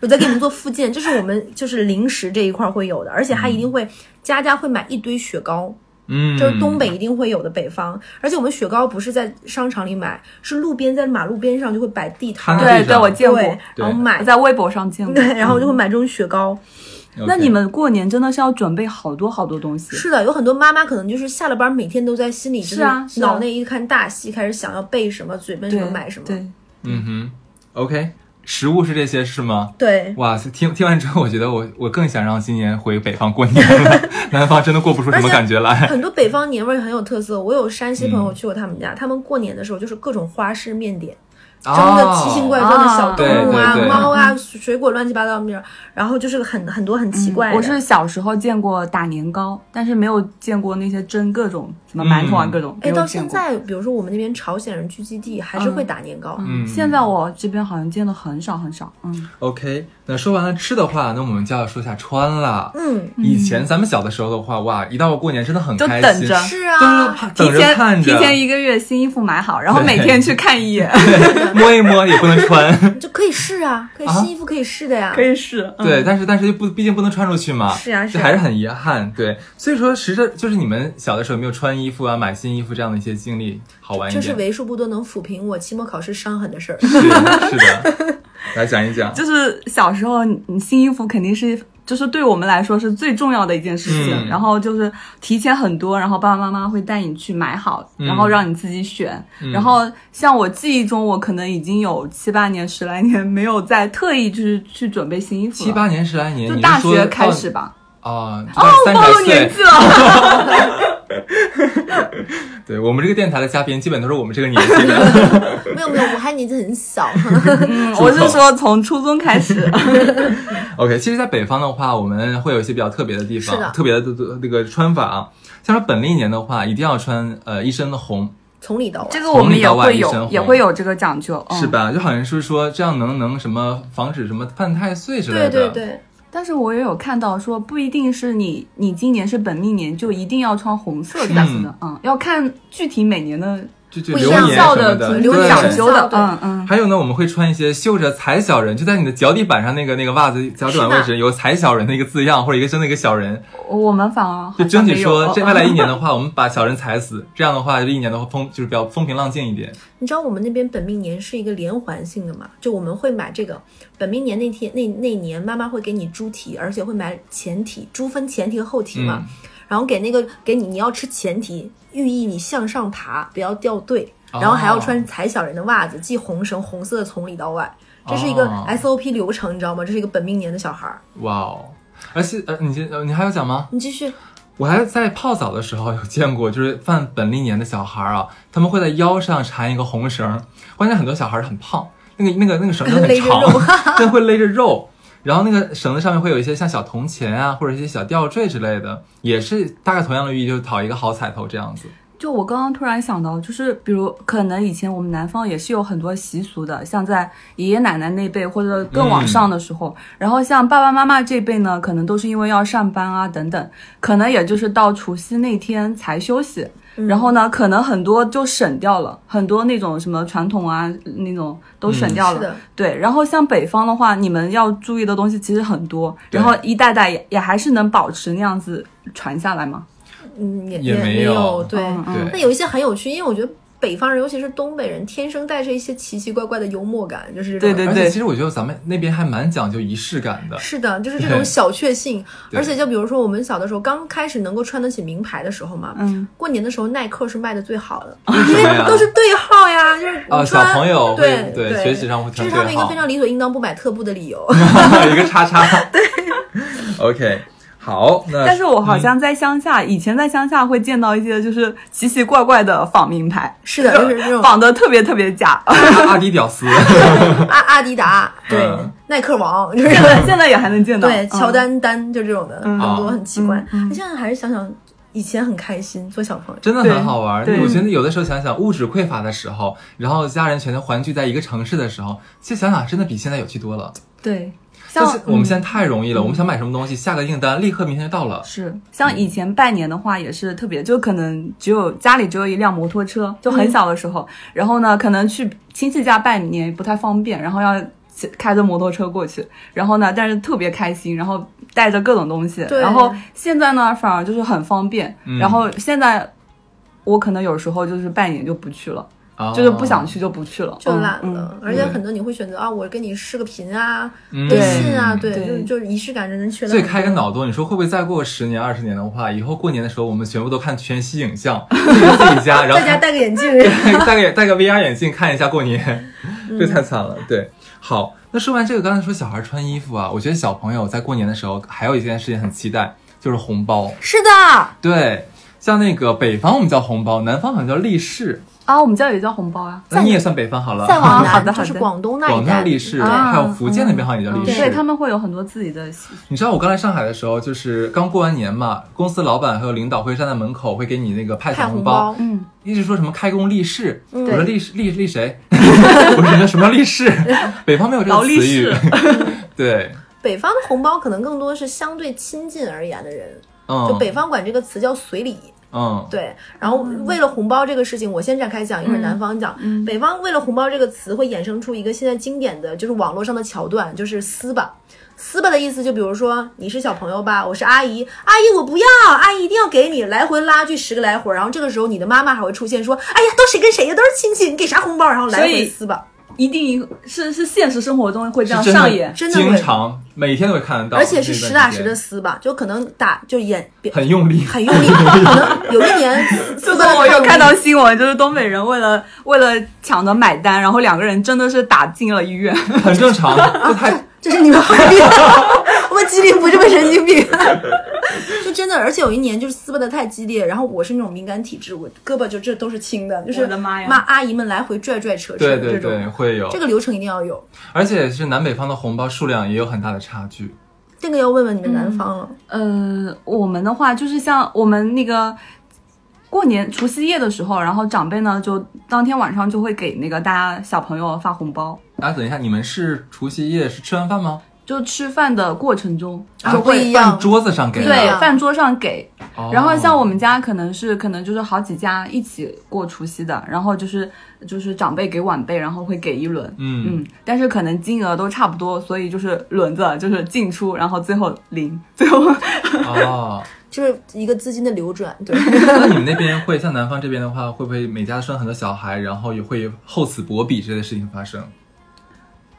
Speaker 2: 我在给你们做附件，这是我们就是零食这一块会有的，而且还
Speaker 3: 嗯
Speaker 2: 一定会家家会买一堆雪糕，
Speaker 1: 嗯，
Speaker 2: 这是东北一定会有的北方，而且我们雪糕不是在商场里买，是路边在马路边上就会摆地摊
Speaker 1: 摊，
Speaker 3: 对
Speaker 1: 对
Speaker 3: 对，嗯我见过，
Speaker 2: 对，然后买
Speaker 3: 我，在微博上见过。
Speaker 2: 对，然后就会买这种雪糕。
Speaker 1: OK。
Speaker 3: 那你们过年真的是要准备好多好多东西，
Speaker 2: 是的，有很多妈妈可能就是下了班每天都在心里，就是
Speaker 3: 啊是啊
Speaker 2: 脑内一看大戏，开始想要备什么，嘴边
Speaker 3: 对
Speaker 2: 什么买什么。
Speaker 3: 对，
Speaker 1: 嗯哼，OK，食物是这些是吗？
Speaker 2: 对
Speaker 1: 哇，听听完之后，我觉得我我更想让今年回北方过年了， 南方真的过不出什么感觉来。
Speaker 2: 很多北方年味儿很有特色。我有山西朋友
Speaker 3: 嗯
Speaker 2: 去过他们家，他们过年的时候就是各种花式面点，
Speaker 1: 哦
Speaker 2: 蒸的奇形怪状的小动物
Speaker 1: 哦
Speaker 2: 啊、
Speaker 1: 对对对
Speaker 2: 猫啊、水果乱七八糟的面儿，然后就是很很多很奇怪的。
Speaker 3: 嗯我是小时候见过打年糕，但是没有见过那些蒸各种什么馒头啊
Speaker 1: 嗯
Speaker 3: 各种。
Speaker 2: 哎，
Speaker 3: 没有
Speaker 2: 到
Speaker 3: 见
Speaker 2: 现
Speaker 3: 过，
Speaker 2: 在，比如说我们那边朝鲜人聚集地还是会打年糕，
Speaker 1: 嗯
Speaker 3: 现在我这边好像见的很少很少。嗯，
Speaker 1: OK，那说完了吃的话，那我们就要说下穿了。
Speaker 2: 嗯，
Speaker 1: 以前咱们小的时候的话，哇，一到过年真的很
Speaker 3: 就
Speaker 1: 开
Speaker 3: 等
Speaker 1: 心，
Speaker 3: 着
Speaker 2: 是
Speaker 1: 都
Speaker 2: 啊，
Speaker 1: 是
Speaker 3: 提
Speaker 1: 等着
Speaker 3: 前
Speaker 1: 看
Speaker 3: 提
Speaker 1: 着，
Speaker 3: 前一个月新衣服买好，然后每天去看一眼，
Speaker 1: 摸一摸也不能穿，
Speaker 2: 就可以试啊，可以
Speaker 1: 啊
Speaker 2: 新衣服可以试的呀。
Speaker 3: 嗯可以试。嗯
Speaker 1: 对，，但是但是就不，毕竟不能穿出去嘛，
Speaker 2: 是啊是
Speaker 1: 这
Speaker 2: 啊
Speaker 1: 还是很遗憾，对，所以说，实着就是你们小的时候有没有穿衣服啊、买新衣服这样的一些经历，好玩一
Speaker 2: 这
Speaker 1: 点，
Speaker 2: 是为数不多能抚平我期末考试伤痕 的事儿。
Speaker 1: 是是的，来讲一讲，
Speaker 3: 就是小时候你你新衣服肯定是。就是对我们来说是最重要的一件事情，
Speaker 1: 嗯
Speaker 3: 然后就是提前很多，然后爸爸妈妈会带你去买好，
Speaker 1: 嗯
Speaker 3: 然后让你自己选。然后像我记忆中，我可能已经有七八年、十来年没有再特意就是去准备新衣服了。
Speaker 1: 七八年、十来年，
Speaker 3: 就
Speaker 1: 你
Speaker 3: 大
Speaker 1: 是说
Speaker 3: 学开
Speaker 1: 到
Speaker 3: 始吧。
Speaker 1: 啊，就
Speaker 3: 哦
Speaker 1: 到，三
Speaker 3: 暴
Speaker 1: 十
Speaker 3: 露
Speaker 1: 来岁
Speaker 3: 年，纪了。
Speaker 1: 对我们这个电台的嘉宾基本都是我们这个年纪的，
Speaker 2: 没有没有，我还年纪很小。
Speaker 3: 嗯我是说从初中 开始。
Speaker 1: OK，其实，在北方的话，我们会有一些比较特别的地
Speaker 2: 是的
Speaker 1: 方，特别的的那个穿法啊。像是本历年的话，一定要穿呃一身的红，
Speaker 2: 从里到外
Speaker 3: 这，个我们也会
Speaker 1: 从里到外一身
Speaker 3: 有，
Speaker 1: 红
Speaker 3: 也会有这个讲究，嗯、
Speaker 1: 是？吧？就好像是说这样能能什么防止什么犯太岁之类
Speaker 2: 对
Speaker 1: 的。啊
Speaker 2: 对对，
Speaker 3: 但是我也有看到说，不一定是你，你今年是本命年就一定要穿红色
Speaker 1: 的
Speaker 3: 的，嗯嗯，要看具体每年的
Speaker 1: 就就
Speaker 2: 不一
Speaker 1: 流
Speaker 2: 样
Speaker 1: 年
Speaker 3: 效
Speaker 1: 什么
Speaker 3: 的
Speaker 1: 的，
Speaker 3: 有
Speaker 2: 流年
Speaker 3: 讲
Speaker 1: 对。
Speaker 3: 究的，
Speaker 2: 对
Speaker 3: 嗯嗯。
Speaker 1: 还有呢，我们会穿一些绣着“踩小人”，就在你的脚底板上那个那个袜子脚底板位
Speaker 2: 是
Speaker 1: 置有“踩小人”的一个字样，或者一个真的一个小人，
Speaker 3: 我们反而
Speaker 1: 就
Speaker 3: 好像
Speaker 1: 争
Speaker 3: 没
Speaker 1: 取
Speaker 3: 有
Speaker 1: 说 这未来一，
Speaker 3: 嗯
Speaker 1: 年的话，我们把小人踩死，这样的话，这一年的话风就是比较风平浪静一点。
Speaker 2: 你知道我们那边本命年是一个连环性的嘛？就我们会买这个本命年那天那那年，妈妈会给你猪蹄，而且会买前蹄，猪分前蹄和后蹄嘛。
Speaker 1: 嗯
Speaker 2: 然后给那个给你，你要吃前蹄，寓意你向上爬，不要掉队。
Speaker 1: 哦
Speaker 2: 然后还要穿踩小人的袜子，系红绳，红色的从里到外。这是一个
Speaker 1: 哦
Speaker 2: SOP 流程，你知道吗？这是一个本命年的小孩儿。
Speaker 1: 哇哦！而且呃，你先呃你还要讲吗？
Speaker 2: 你继续，
Speaker 1: 我还在泡澡的时候有见过，就是犯本历年的小孩儿啊，他们会在腰上缠一个红绳，关键很多小孩儿很胖，那个那个那个绳子很
Speaker 2: 勒着
Speaker 1: 长
Speaker 2: 肉，
Speaker 1: 但会勒着肉。然后那个绳子上面会有一些像小铜钱啊，或者一些小吊坠之类的，也是大概同样的寓意，就是讨一个好彩头这样子。
Speaker 3: 就我刚刚突然想到，就是比如可能以前我们南方也是有很多习俗的，像在爷爷奶奶那辈或者更往上的时候，然后像爸爸妈妈这辈呢，可能都是因为要上班啊等等，可能也就是到除夕那天才休息。
Speaker 2: 嗯
Speaker 3: 然后呢，可能很多就省掉了，很多那种什么传统啊那种都省
Speaker 2: 嗯
Speaker 3: 掉
Speaker 2: 是
Speaker 3: 了。
Speaker 2: 的，
Speaker 3: 对，然后像北方的话，你们要注意的东西其实很多，
Speaker 1: 对
Speaker 3: 然后一代代也也还是能保持那样子传下来嘛。
Speaker 2: 嗯也
Speaker 1: 也没
Speaker 2: 没
Speaker 1: 有
Speaker 2: 对。
Speaker 3: 嗯嗯
Speaker 2: 那
Speaker 1: 对，
Speaker 2: 有一些很有趣，因为我觉得北方人，尤其是东北人，天生带着一些奇奇怪怪的幽默感，就是这种
Speaker 3: 对对
Speaker 1: 而且其实我觉得咱们那边还蛮讲究仪式感 的，
Speaker 2: 是的，就是这
Speaker 1: 对
Speaker 2: 种小确幸。
Speaker 1: 对
Speaker 2: 而且就比如说我们小的时候，刚开始能够穿得起名牌的时候嘛，
Speaker 3: 嗯，
Speaker 2: 过年的时候耐克是卖的最好的，哦
Speaker 1: 为什么呀？
Speaker 2: 都是对号呀，就是我
Speaker 1: 啊，
Speaker 2: 穿
Speaker 1: 小朋友
Speaker 2: 对
Speaker 1: 会对学习上会
Speaker 2: 这
Speaker 1: 团
Speaker 2: 是他们
Speaker 1: 队
Speaker 2: 一个
Speaker 1: 好
Speaker 2: 非，常理所应当不买特步的理由。
Speaker 1: 一个叉叉。对，OK，好，那
Speaker 3: 但是我好像在乡下，以前在乡下会见到一些就是奇奇怪怪的仿名牌，
Speaker 2: 是的，就是这种
Speaker 3: 仿的特别特别假。
Speaker 1: 阿阿迪屌丝，
Speaker 2: 阿啊阿迪达，对
Speaker 1: 嗯，
Speaker 2: 耐克王，就是
Speaker 3: 现在现在也还能见到，
Speaker 2: 嗯对
Speaker 3: 嗯
Speaker 2: 乔，丹丹就这种的，
Speaker 3: 嗯
Speaker 2: 很多
Speaker 1: 啊
Speaker 2: 很奇怪。
Speaker 3: 嗯嗯
Speaker 2: 你现在还是想想以前很开心做小朋友，
Speaker 1: 真的
Speaker 3: 对
Speaker 1: 很好玩。
Speaker 3: 对
Speaker 1: 我觉得有的时候想想物质匮乏的时候，然后家人全都环聚在一个城市的时候，其实想想真的比现在有趣多了。
Speaker 2: 对，
Speaker 3: 像
Speaker 1: 但是我们现在太容易了，我们想
Speaker 3: 嗯
Speaker 1: 买什么东西，下个订单立刻明天就到了。
Speaker 3: 是嗯像以前拜年的话，也是特别，就可能只有家里只有一辆摩托车，就
Speaker 2: 嗯
Speaker 3: 很小的时候，然后呢，可能去亲戚家拜年不太方便，然后要骑。开着摩托车过去，然后呢，但是特别开心，然后带着各种东西，
Speaker 2: 对
Speaker 3: 然后现在呢，反而就是很方便，
Speaker 1: 嗯
Speaker 3: 然后现在我可能有时候就是拜年就不去了，
Speaker 1: 啊，
Speaker 3: 就是不想，去就不去了，
Speaker 2: 就
Speaker 3: 嗯
Speaker 2: 懒
Speaker 3: 嗯
Speaker 2: 了。而且
Speaker 1: 对
Speaker 2: 很多你会选择啊，我跟你视个频啊，
Speaker 1: 嗯、
Speaker 2: 微信啊，对，
Speaker 3: 对
Speaker 2: 就是就是仪式感真的缺了。
Speaker 1: 所以开个，脑洞，你说会不会再过十年、二十年的话，以后过年的时候，我们全部都看全息影像，自己自己家，然
Speaker 2: 大
Speaker 1: 后
Speaker 2: 家戴个眼 镜。
Speaker 1: 戴个戴个 VR 眼镜看一下过年，
Speaker 2: 嗯
Speaker 1: 这太惨了。对，好，那说完这个，刚才说小孩穿衣服啊，我觉得小朋友在过年的时候还有一件事情很期待，就是红包。
Speaker 2: 是的，
Speaker 1: 对，像那个北方我们叫红包，南方好像叫立式，
Speaker 3: 啊，我们家也叫红包啊，
Speaker 1: 那你也算北方好了。
Speaker 2: 再往
Speaker 3: 好的
Speaker 2: 南
Speaker 3: 好
Speaker 2: 就
Speaker 3: 的
Speaker 2: 是广东那
Speaker 1: 广
Speaker 2: 一带啊
Speaker 1: 东，立式，
Speaker 2: 对
Speaker 1: 还有福建那边好像也叫立
Speaker 2: 对
Speaker 1: 式。
Speaker 3: 对他们会有很多自己的习
Speaker 1: 你知道我刚来上海的时候，就是刚过完年嘛，公司老板还有领导会站在门口，会给你那个派
Speaker 2: 派
Speaker 1: 小
Speaker 2: 红
Speaker 1: 红
Speaker 2: 包，
Speaker 3: 嗯，
Speaker 1: 一直说什么开工立誓，
Speaker 2: 嗯
Speaker 1: 我说立誓立立谁？ 我说什么叫立 誓？北方没有这
Speaker 3: 劳
Speaker 1: 个
Speaker 3: 力
Speaker 1: 词语
Speaker 3: 士。
Speaker 1: 对，
Speaker 2: 北方的红包可能更多是相对亲近而言的人，
Speaker 1: 嗯，
Speaker 2: 就北方管这个词叫随礼。
Speaker 1: 嗯，
Speaker 2: 对，然后为了红包这个事情，我先展开讲，一会儿
Speaker 3: 嗯
Speaker 2: 南方讲。
Speaker 3: 嗯
Speaker 2: 北方为了红包这个词，会衍生出一个现在经典的就是网络上的桥段，就是撕吧。撕吧的意思就比如说你是小朋友吧，我是阿姨，阿姨我不要，阿姨一定要给你，来回拉锯十个来回，然后这个时候你的妈妈还会出现说，哎呀，都谁跟谁呀，都是亲戚，你给啥红包？然后来
Speaker 3: 所
Speaker 2: 回
Speaker 3: 以
Speaker 2: 撕吧，
Speaker 3: 一定是是现实生活中会这样
Speaker 1: 是真的
Speaker 3: 上演，
Speaker 2: 真的
Speaker 1: 经
Speaker 2: 会，
Speaker 1: 常每天都会看得到，
Speaker 2: 而且是
Speaker 1: 这段
Speaker 2: 实打
Speaker 1: 时
Speaker 2: 实
Speaker 1: 间
Speaker 2: 的撕吧，就可能打就演
Speaker 1: 很用力。
Speaker 2: 很用 力，可能有一年
Speaker 3: 就
Speaker 2: 撕
Speaker 3: 是
Speaker 2: 吧
Speaker 3: 哦我有
Speaker 2: 太
Speaker 3: 看
Speaker 2: 用力
Speaker 3: 到新闻，就是东北人为了为了抢着买单，然后两个人真的是打进了医院。
Speaker 1: 很正 常，这太
Speaker 2: 这是你们行业，我们吉林不这么神经病。就真的，而且有一年就是撕巴的太激烈，然后我是那种敏感体质，我胳膊就这都是青的，就是
Speaker 3: 我的妈呀
Speaker 2: 阿姨们来回拽拽扯扯
Speaker 1: 对
Speaker 2: 的
Speaker 1: 对
Speaker 2: 这种，
Speaker 1: 对，会有
Speaker 2: 这，个流程一定要有，
Speaker 1: 而且是南北方的红包数量也有很大的差距。
Speaker 2: 这个要问问你们南方了。
Speaker 3: 呃，我们的话就是像我们那个过年除夕夜的时候，然后长辈呢就当天晚上就会给那个大家小朋友发红包，
Speaker 1: 啊，等一下，你们是除夕夜是吃完饭吗？
Speaker 3: 就吃饭的过程中
Speaker 2: 啊
Speaker 3: 就
Speaker 2: 不一
Speaker 3: 会、啊
Speaker 2: 样
Speaker 1: 饭桌子上给的。
Speaker 3: 对
Speaker 2: 样
Speaker 3: 饭桌上给，
Speaker 1: 哦
Speaker 3: 然后像我们家可能是可能就是好几家一起过除夕的，然后就是就是长辈给晚辈，然后会给一轮，
Speaker 1: 嗯，
Speaker 3: 嗯，但是可能金额都差不多，所以就是轮子就是进出，然后最后零， 最后
Speaker 2: 嗯
Speaker 1: 哦，
Speaker 2: 就是一个资金的流转，对，
Speaker 1: 那你们那边会像南方这边的话，会不会每家生很多小孩，然后也会厚此薄彼之类的事情发生？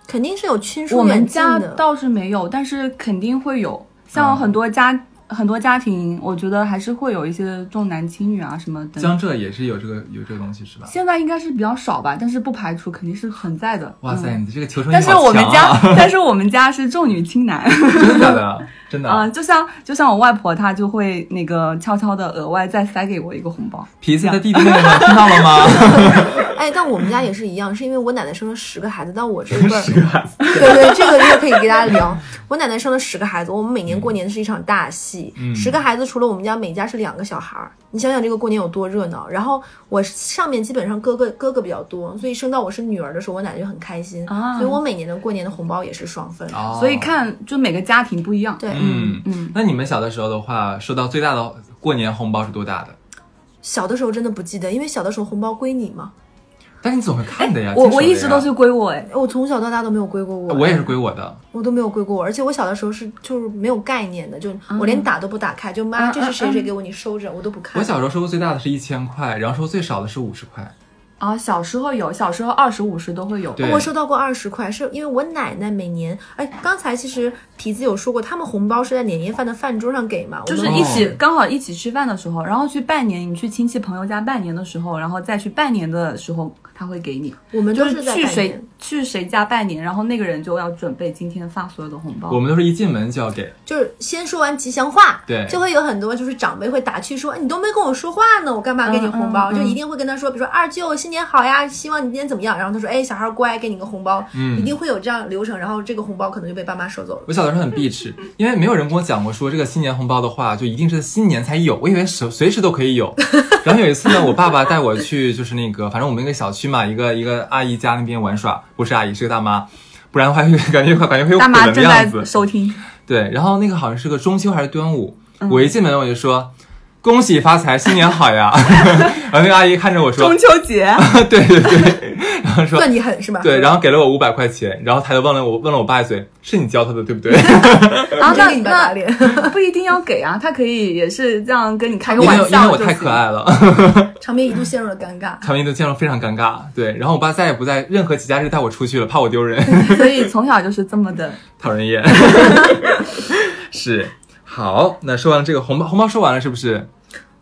Speaker 2: 肯定是有亲
Speaker 3: 我
Speaker 2: 疏远
Speaker 3: 们
Speaker 2: 近
Speaker 3: 家
Speaker 2: 的。
Speaker 3: 倒是没有，但是肯定会有，像很
Speaker 1: 嗯
Speaker 3: 多家、很多家庭，我觉得还是会有一些重男轻女啊什么等等。
Speaker 1: 江浙也是有这个有这个东西是吧？
Speaker 3: 现在应该是比较少吧，但是不排除肯定是存在的。
Speaker 1: 哇塞，
Speaker 3: 嗯
Speaker 1: 你这个求生欲
Speaker 3: 但是
Speaker 1: 好
Speaker 3: 我们
Speaker 1: 强
Speaker 3: 家，
Speaker 1: 啊！
Speaker 3: 但是我们家是重女轻男，
Speaker 1: 真的假 的？真的
Speaker 3: 啊、
Speaker 1: 啊，
Speaker 3: 就像就像我外婆，她就会那个悄悄的额外再塞给我一个红包。
Speaker 1: 皮子的弟弟妹妹们听到了吗？
Speaker 2: 哎，但我们家也是一样，是因为我奶奶生了十个孩子，到我这一辈儿
Speaker 1: 十，个孩子，
Speaker 2: 对对，这个也可以给大家聊。我奶奶生了十个孩子，我们每年过年是一场大戏。
Speaker 1: 嗯
Speaker 2: 十个孩子，除了我们家每家是两个小孩儿，你想想这个过年有多热闹。然后我上面基本上哥哥哥哥比较多，所以生到我是女儿的时候，我奶奶就很开心。
Speaker 3: 啊
Speaker 2: 所以我每年的过年的红包也是双份。
Speaker 1: 哦
Speaker 3: 所以看就每个家庭不一样。
Speaker 2: 对，
Speaker 1: 嗯
Speaker 3: 嗯，
Speaker 1: 那你们小的时候的话，收到最大的过年红包是多大的？
Speaker 2: 小的时候真的不记得，因为小的时候红包归你嘛。
Speaker 1: 但是你总会看的呀。
Speaker 3: 哎我
Speaker 1: 经手
Speaker 3: 我
Speaker 1: 的
Speaker 3: 一直
Speaker 1: 呀
Speaker 3: 都是归我哎，
Speaker 2: 我从小到大都没有归过我，
Speaker 1: 啊
Speaker 2: 哎
Speaker 1: 我也是归我的，
Speaker 2: 我都没有归过我，而且我小的时候是就是没有概念的，就我连打都不打开，就妈
Speaker 3: 嗯
Speaker 2: 这是谁谁给我，你收着，我都不看。
Speaker 1: 我小时候收入最大的是一千块，然后收入最少的是五十块。
Speaker 3: 啊，小时候有，小时候二十五十都会有。
Speaker 1: 对，
Speaker 2: 我收到过二十块，是因为我奶奶每年，哎，刚才其实皮子有说过，他们红包是在年夜饭的饭桌上给嘛，我
Speaker 3: 就
Speaker 2: 们
Speaker 3: 是一起、
Speaker 1: 哦
Speaker 3: 刚好一起吃饭的时候，然后去拜年，你去亲戚朋友家拜年的时候，然后再去拜年的时候，他会给你，
Speaker 2: 我们
Speaker 3: 就
Speaker 2: 都是在
Speaker 3: 去
Speaker 2: 拜
Speaker 3: 谁
Speaker 2: 年，
Speaker 3: 去谁家拜年，然后那个人就要准备今天发所有的红包
Speaker 1: 我。们都是一进门就要给，
Speaker 2: 就是先说完吉祥话，
Speaker 1: 对
Speaker 2: 就会有很多就是长辈会打趣说，哎你都没跟我说话呢，我干嘛给你红包？
Speaker 3: 嗯嗯
Speaker 2: 就一定会跟他说，比如说二舅新年好呀，希望你今天怎么样？然后他说，哎，小孩乖，给你个红包，
Speaker 1: 嗯
Speaker 2: 一定会有这样流程，然后这个红包可能就被爸妈收走了。
Speaker 1: 我小的时候
Speaker 3: 嗯
Speaker 1: 很避齿，因为没有人跟我讲过说这个新年红包的话，就一定是新年才有，我以为随随时都可以 有。然后有一次呢，我爸爸带我去就是那个，反正我们那个小区嘛，一个一个阿姨家那边玩耍，不是阿姨是个大妈，不然的话会 感觉感觉会有
Speaker 3: 大
Speaker 1: 鬼
Speaker 3: 妈
Speaker 1: 魂的
Speaker 3: 正
Speaker 1: 样
Speaker 3: 在
Speaker 1: 子。
Speaker 3: 收听，
Speaker 1: 对，然后那个好像是个中秋还是端午，
Speaker 3: 嗯
Speaker 1: 我一进门我就说。恭喜发财，新年好 呀！然后那个阿姨看着我说
Speaker 3: 中秋 节，：“
Speaker 1: 对对对。”然后说：“
Speaker 2: 算你狠是吧？
Speaker 1: 对，然后给了我五百块钱，然后抬头问了我问了我爸一嘴，是你教他的对不对？
Speaker 3: 然后
Speaker 2: 真
Speaker 3: 那
Speaker 2: 给你爸打
Speaker 3: 那
Speaker 2: 脸。
Speaker 3: 不一定要给啊，他可以也是这样跟你开个
Speaker 1: 因为
Speaker 3: 玩
Speaker 1: 因为
Speaker 3: 笑
Speaker 1: 我
Speaker 3: 就
Speaker 1: 太可
Speaker 3: 行。
Speaker 1: 爱了，
Speaker 2: 场面一度陷入了尴尬。
Speaker 1: 场面都见了非常尴尬。对，然后我爸再也不在任何节假日带我出去了，怕我丢人，
Speaker 3: 所以从小就是这么的。
Speaker 1: 讨人厌。 是，好，那说完了这个红包，红包说完了是不是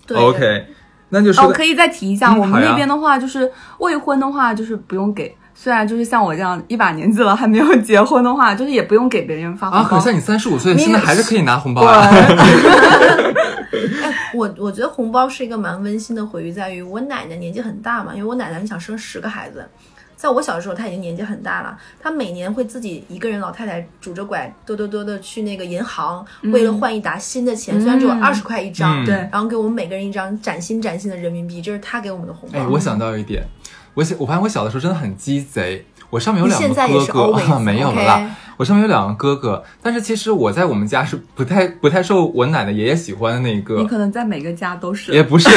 Speaker 2: 对
Speaker 1: o k 那就
Speaker 3: 哦，
Speaker 1: 说、
Speaker 3: 可以再提一下，
Speaker 1: 嗯
Speaker 3: 我们
Speaker 1: 好呀
Speaker 3: 那边的话就是未婚的话就是不用给，虽然就是像我这样一把年纪了还没有结婚的话，就是也不用给别人发红
Speaker 1: 啊，
Speaker 3: 包。
Speaker 1: 可像你三十五岁，
Speaker 3: 你
Speaker 1: 现在还是可以拿红包啊。
Speaker 3: 滚！
Speaker 2: 我我觉得红包是一个蛮温馨的回忆，在于我奶奶年纪很大嘛，因为我奶奶想生十个孩子，在我小的时候她已经年纪很大了，她每年会自己一个人老太太拄着拐哆哆哆的去那个银行，为了换一沓新的钱，虽然只有
Speaker 3: 嗯
Speaker 2: 二十块一张，
Speaker 1: 嗯
Speaker 3: 对
Speaker 2: 然后给我们每个人一张崭新崭新的人民币，这是她给我们的红包。
Speaker 1: 哎，我想到一点，我想我发现我小的时候真的很鸡贼，我上面有
Speaker 2: 你
Speaker 1: 两
Speaker 2: 现在也
Speaker 1: 个
Speaker 2: 是
Speaker 1: 哥哥，啊
Speaker 2: always
Speaker 1: 没有了啦。我上面有两个哥哥，但是其实我在我们家是不太不太受我奶奶爷爷喜欢的那一个，
Speaker 3: 你可能在每个家都
Speaker 1: 也
Speaker 3: 是。
Speaker 1: 不是。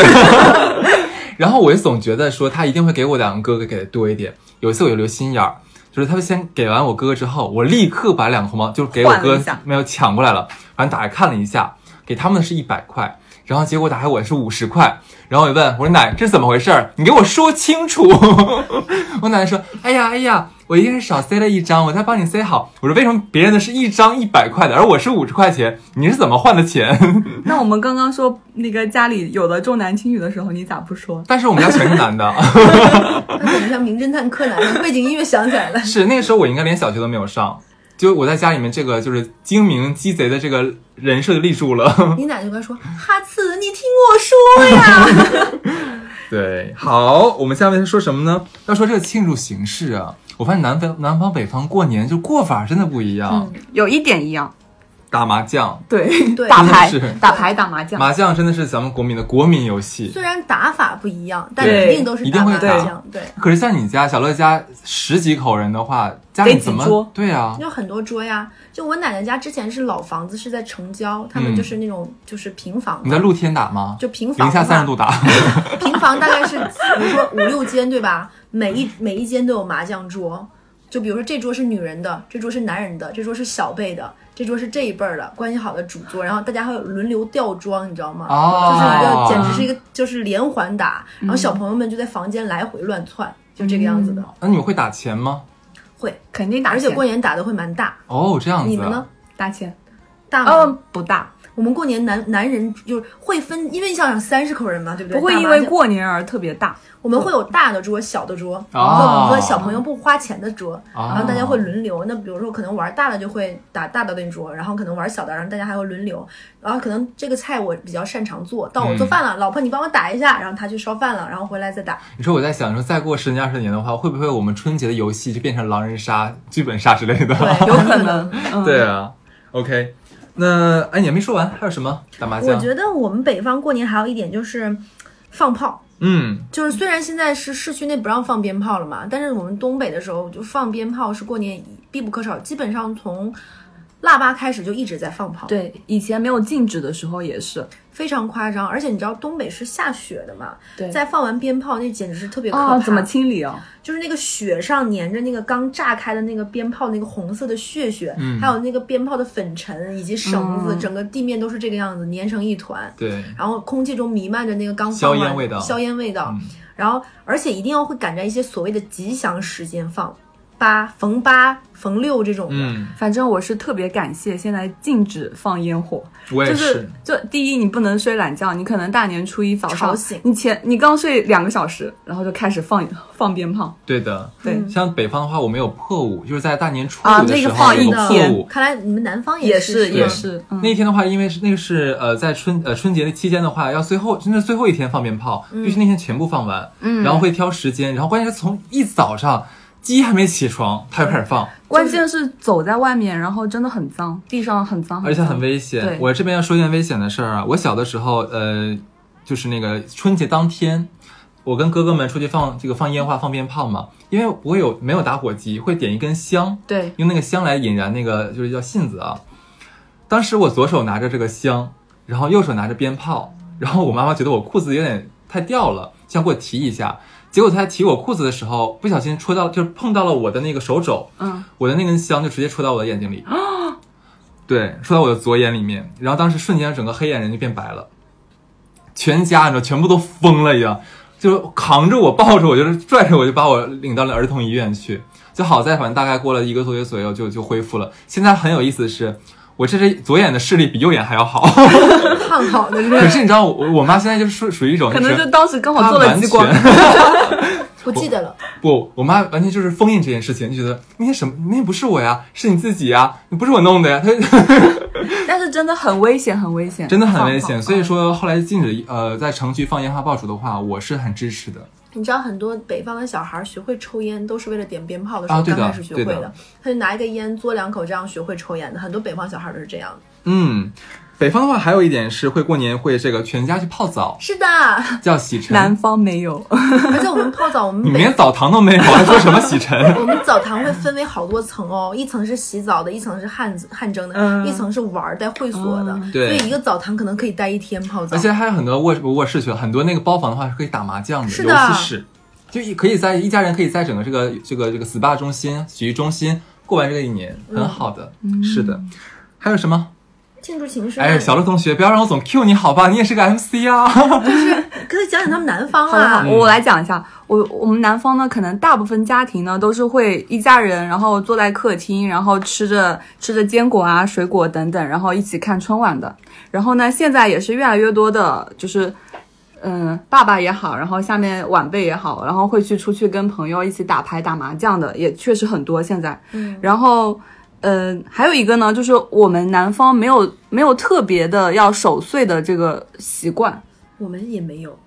Speaker 1: 然后我就总觉得说他一定会给我两个哥哥给的多一点。有一次我就留心眼儿，就是他们先给完我哥哥之后，我立刻把两个红包就是给我
Speaker 3: 换了
Speaker 1: 哥
Speaker 3: 一下
Speaker 1: 没有抢过来了，反正打开看了一下，给他们的是一百块。然后结果打开我的是五十块，然后我就问我说奶这是怎么回事儿？你给我说清楚。 我奶奶说哎呀哎呀，我一定是少塞了一张，我再帮你塞好。我说为什么别人的是一张一百块的，而我是五十块钱？你是怎么换的钱？
Speaker 3: 那我们刚刚说那个家里有的重男轻女的时候，你咋不说？
Speaker 1: 但是我们家全是男的。。
Speaker 2: 她可能像名侦探柯南，背景音乐响起来 了
Speaker 1: 是那个时候我应该连小学都没有上，就我在家里面这个就是精明鸡贼的这个人设就立住了。
Speaker 2: 你奶奶就该说：“哈次，你听我说呀。”
Speaker 1: 对，好，我们下面说什么呢？要说这个庆祝形式啊，我发现南方南方北方过年就过法真的不一
Speaker 2: 嗯
Speaker 1: 样，
Speaker 3: 嗯有一点一样，
Speaker 1: 打麻将。
Speaker 3: 对，
Speaker 2: 对
Speaker 3: 打牌
Speaker 1: 是、
Speaker 3: 打牌、打麻将。
Speaker 1: 麻将真的是咱们国民的国民游戏，
Speaker 2: 虽然打法不一样，但
Speaker 3: 对
Speaker 2: 一定都是
Speaker 1: 一定
Speaker 2: 打
Speaker 1: 会
Speaker 2: 麻
Speaker 1: 打
Speaker 2: 将。对，
Speaker 1: 可是像你家小乐家十几口人的话，家里
Speaker 3: 得几
Speaker 1: 怎么
Speaker 3: 桌
Speaker 1: 对啊？
Speaker 2: 有很多桌呀。就我奶奶家之前是老房子，是在城郊，他们
Speaker 1: 嗯
Speaker 2: 就是那种就是平房
Speaker 1: 你
Speaker 2: 嘛，
Speaker 1: 在露天打吗？
Speaker 2: 就平房
Speaker 1: 零下
Speaker 2: 嘛
Speaker 1: 三十度打，
Speaker 2: 平房大概是比如说五六间对吧？每一每一间都有麻将桌，就比如说这桌是女人的，这桌是男人的，这桌是小辈的，这桌是这一辈儿的关系好的主桌，然后大家还有轮流吊庄，你知道吗？就是一
Speaker 1: 哦
Speaker 2: 个简直是一个就是连环打，
Speaker 1: 嗯
Speaker 2: 然后小朋友们就在房间来回乱窜，就这个样子的。
Speaker 1: 那你们会打钱吗？
Speaker 2: 会，
Speaker 3: 肯定打
Speaker 2: 而且
Speaker 3: 钱，
Speaker 2: 过年打的会蛮大。
Speaker 1: 哦，这样子。
Speaker 2: 你们呢？？
Speaker 3: 打钱。
Speaker 2: 大吗？
Speaker 3: 嗯，不大，
Speaker 2: 我们过年男男人就是会分，因为你想想三十口人嘛，对不对？
Speaker 3: 不会
Speaker 2: 大
Speaker 3: 因
Speaker 2: 麻
Speaker 3: 为
Speaker 2: 将
Speaker 3: 过年而特别大。
Speaker 2: 我们会有大的桌、小的桌，
Speaker 1: 哦
Speaker 2: 然后和小朋友不花钱的桌，
Speaker 1: 哦
Speaker 2: 然后大家会轮流。那比如说可能玩大的就会打大的那桌，然后可能玩小的，然后大家还会轮流。然后可能这个菜我比较擅长做，到我做饭了，老婆你帮我打一下，然后他去烧饭了，然后回来再打。
Speaker 1: 你说我在想说，再过十年二十年的话，会不会我们春节的游戏就变成狼人杀、剧本杀之类的？
Speaker 2: 对，
Speaker 3: 有 可能。嗯，
Speaker 1: 对啊，OK。那哎，你还没说完，还有什么打麻
Speaker 2: 我
Speaker 1: 将？
Speaker 2: 觉得我们北方过年还有一点就是放炮。
Speaker 1: 嗯，
Speaker 2: 就是虽然现在是市区内不让放鞭炮了嘛，但是我们东北的时候就放鞭炮是过年必不可少，基本上从腊八开始就一直在放炮，
Speaker 3: 对，以前没有禁止的时候也是，
Speaker 2: 非常夸张。而且你知道东北是下雪的嘛，
Speaker 3: 对
Speaker 2: 在放完鞭炮那简直是特别可怕。
Speaker 3: 哦啊，怎么清理啊？
Speaker 2: 就是那个雪上粘着那个刚炸开的那个鞭炮那个红色的血血，
Speaker 1: 嗯
Speaker 2: 还有那个鞭炮的粉尘以及绳子，
Speaker 3: 嗯
Speaker 2: 整个地面都是这个样子，粘成一团。
Speaker 1: 对，
Speaker 2: 然后空气中弥漫着那个刚
Speaker 1: 硝
Speaker 2: 放完
Speaker 1: 烟味道
Speaker 2: 硝烟味道。
Speaker 1: 嗯
Speaker 2: 然后，而且一定要会赶在一些所谓的吉祥时间放，八逢八逢六这种的。
Speaker 1: 嗯，
Speaker 3: 反正我是特别感谢现在禁止放烟火，
Speaker 1: 我也，
Speaker 3: 就是就第一你不能睡懒觉，你可能大年初一早
Speaker 2: 吵
Speaker 3: 上
Speaker 2: 醒
Speaker 3: 你前你刚睡两个小时，然后就开始放放鞭炮，
Speaker 1: 对的。
Speaker 3: 对，
Speaker 2: 嗯
Speaker 1: 像北方的话，我们有破五，就是在大年初
Speaker 3: 啊
Speaker 1: 五的
Speaker 3: 那
Speaker 1: 时
Speaker 3: 个
Speaker 1: 候、
Speaker 3: 放一
Speaker 1: 有破
Speaker 3: 天
Speaker 1: 五，
Speaker 2: 看来你们南方
Speaker 3: 也
Speaker 2: 是
Speaker 3: 是
Speaker 2: 是
Speaker 3: 也
Speaker 2: 吗
Speaker 3: 是，嗯
Speaker 1: 那天的话，因为是那个是呃，在春呃春节的期间的话，要最后真的最后一天放鞭炮，必须那天全部放完，
Speaker 3: 嗯
Speaker 1: 然后会挑时间，然后关键是从一早上鸡还没起床，它就开始放，
Speaker 3: 关键是走在外面，然后真的很脏，地上很脏，
Speaker 1: 而且
Speaker 3: 脏
Speaker 1: 很。危险
Speaker 3: 对。
Speaker 1: 我这边要说一件危险的事儿啊，我小的时候，呃，就是那个春节当天，我跟哥哥们出去放这个放烟花、放鞭炮嘛，因为我有没有打火机，会点一根香，
Speaker 3: 对，
Speaker 1: 用那个香来引燃那个就是叫信子啊。当时我左手拿着这个香，然后右手拿着鞭炮，然后我妈妈觉得我裤子有点太掉了，想给我提一下。结果她提我裤子的时候，不小心戳到，就是碰到了我的那个手肘，
Speaker 3: 嗯，
Speaker 1: 我的那根香就直接戳到我的眼睛里，对，戳到我的左眼里面，然后当时瞬间整个黑眼人就变白了，全家你知道全部都疯了一样，就扛着我抱着我，就是拽着我就把我领到了儿童医院去，就好在反正大概过了一个多月左右就就恢复了。现在很有意思的是，我这是左眼的视力比右眼还要好，
Speaker 2: 烫好的这
Speaker 1: 可
Speaker 2: 个。
Speaker 1: 是你知道我我妈现在就是属属于一种
Speaker 3: 可
Speaker 1: 就
Speaker 3: 能
Speaker 1: 是
Speaker 3: 就当时刚好
Speaker 1: 她
Speaker 3: 做了
Speaker 1: 完
Speaker 3: 激光，
Speaker 1: 全
Speaker 2: 不记得了，
Speaker 1: 不，我妈完全就是封印这件事情，就觉得那些什么，那不是我呀，是你自己呀，你不是我弄的呀，她
Speaker 3: 但是真的很危险，很危险，
Speaker 1: 真的很危险。
Speaker 3: 放
Speaker 1: 所以，说后来禁止呃在城区放烟花爆竹的话，我是很支持的。
Speaker 2: 你知道很多北方的小孩学会抽烟都是为了点鞭炮的时
Speaker 1: 啊
Speaker 2: 候
Speaker 1: 对
Speaker 2: 刚
Speaker 1: 的
Speaker 2: 开始学会
Speaker 1: 对的
Speaker 2: 的，他就拿一个烟嘬两口这样学会抽烟的，很多北方小孩都是这样的。
Speaker 1: 嗯，北方的话还有一点是会过年会这个全家去泡澡，
Speaker 2: 是的，
Speaker 1: 叫洗
Speaker 3: 放南
Speaker 1: 尘。
Speaker 3: 方没有，
Speaker 2: 而且我们泡澡，我
Speaker 1: 你
Speaker 2: 们
Speaker 1: 们
Speaker 2: 北
Speaker 1: 连澡堂都没有，还说什么洗尘？
Speaker 2: 我们澡堂会分为好多层哦，一层是洗澡的，一层是汗汗蒸的，
Speaker 3: 嗯
Speaker 2: 一层是玩儿带会所的，所
Speaker 3: 嗯
Speaker 1: 对
Speaker 2: 以一个澡堂可能可以待一天泡澡
Speaker 1: 而。且还有很多卧卧室去了，很多那个包房的话是可以打麻将的，
Speaker 2: 是
Speaker 1: 游
Speaker 2: 的
Speaker 1: 戏室，就一可以在一家人可以在整个这个这个这个 SPA 中心、洗浴中心过完这个一年，很好的。是的，还有什么？
Speaker 2: 庆祝情深，
Speaker 1: 哎呀，小鹿同学，不要让我总 Q 你好吧？你也是个 MC 啊。
Speaker 2: 可以讲讲他们南方
Speaker 3: 好的，好
Speaker 2: 啊
Speaker 3: 的，
Speaker 1: 嗯
Speaker 3: 我来讲一下。我我们南方呢，可能大部分家庭呢都是会一家人，然后坐在客厅，然后吃着吃着坚果啊、水果等等，然后一起看春晚的。然后呢，现在也是越来越多的，就是嗯，爸爸也好，然后下面晚辈也好，然后会去出去跟朋友一起打牌、打麻将的，也确实很多现在。
Speaker 2: 嗯，
Speaker 3: 然后。嗯，还有一个呢，就是我们南方没有没有特别的要守岁的这个习惯，
Speaker 2: 我们也没有。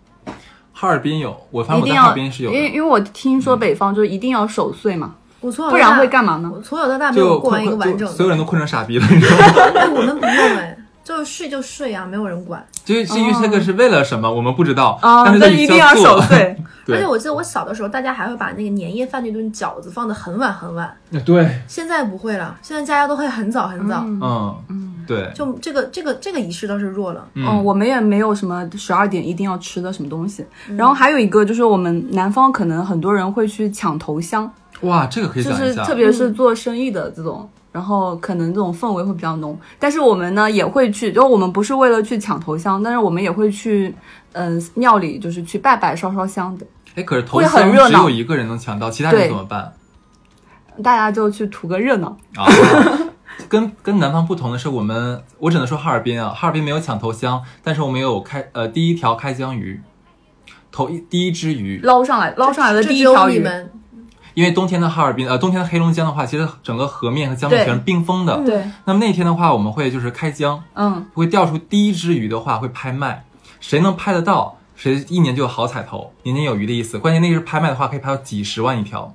Speaker 1: 哈尔滨有，我反正
Speaker 3: 一
Speaker 1: 我
Speaker 3: 定
Speaker 1: 在
Speaker 3: 要，
Speaker 1: 哈尔滨是有
Speaker 3: 因为
Speaker 1: 的，嗯
Speaker 3: 因为我听说北方就一定要守岁嘛，
Speaker 2: 我从小
Speaker 3: 不
Speaker 2: 到
Speaker 3: 然
Speaker 2: 大
Speaker 3: 会干嘛呢？
Speaker 2: 我从小到大没有
Speaker 1: 就
Speaker 2: 过完
Speaker 1: 困
Speaker 2: 一个完
Speaker 1: 困
Speaker 2: 整
Speaker 1: 就
Speaker 2: 的。
Speaker 1: 所有人都困成傻逼了，你知道吗？
Speaker 2: 哎，我们不用哎，就是睡就睡啊，没有人管。
Speaker 1: 就是至于这个是为了什么，我们不知道，
Speaker 3: 啊，
Speaker 1: 但是
Speaker 3: 哦那
Speaker 1: 就
Speaker 3: 一定
Speaker 1: 定
Speaker 3: 要守。岁。
Speaker 2: 而且
Speaker 1: 对
Speaker 2: 我记得我小的时候，大家还会把那个年夜饭那顿饺子放得很晚很晚，
Speaker 1: 对，
Speaker 2: 现在不会了，现在大家都会很早很早。
Speaker 3: 嗯
Speaker 1: 嗯嗯，对，
Speaker 2: 就这个这个这个仪式倒是弱了，
Speaker 3: 嗯，我们也没有什么十二点一定要吃的什么东西。然后还有一个就是我们南方可能很多人会去抢头香，
Speaker 1: 哇，这个可以
Speaker 3: 就
Speaker 1: 讲一
Speaker 3: 是
Speaker 1: 下
Speaker 3: 特，别是做生意的这种。然后可能这种氛围会比较浓，但是我们呢也会去，就我们不是为了去抢头香，但是我们也会去，嗯、庙里就是去拜拜烧烧香的，
Speaker 1: 哎，可是头
Speaker 3: 会很
Speaker 1: 香
Speaker 3: 热
Speaker 1: 只有
Speaker 3: 闹
Speaker 1: 一个人能抢到，其他人
Speaker 3: 对
Speaker 1: 怎么办
Speaker 3: 大家就去图个热闹。
Speaker 1: 啊？ 跟跟南方不同的是，我们我只能说哈尔滨啊，哈尔滨没有抢头香，但是我们有开呃第一条开江鱼，头一第一只鱼，
Speaker 3: 捞上来，捞上来的
Speaker 2: 这
Speaker 3: 第一
Speaker 2: 只有
Speaker 3: 条
Speaker 2: 你
Speaker 3: 鱼，
Speaker 2: 们
Speaker 1: 因为冬天的哈尔滨呃冬天的黑龙江的话，其实整个河面和江面
Speaker 3: 对嗯
Speaker 1: 全是冰封的。
Speaker 2: 嗯
Speaker 3: 对，
Speaker 1: 那么那天的话，我们会就是开江，
Speaker 3: 嗯，
Speaker 1: 会钓出第一只鱼的话会拍卖，谁能拍得到，谁一年就有好彩头，年年有余的意思。关键那个是拍卖的话，可以拍到几十万一条。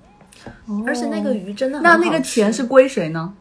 Speaker 2: 而且哦那个鱼真的很
Speaker 3: 那
Speaker 2: 好吃
Speaker 3: 那个钱是归谁呢？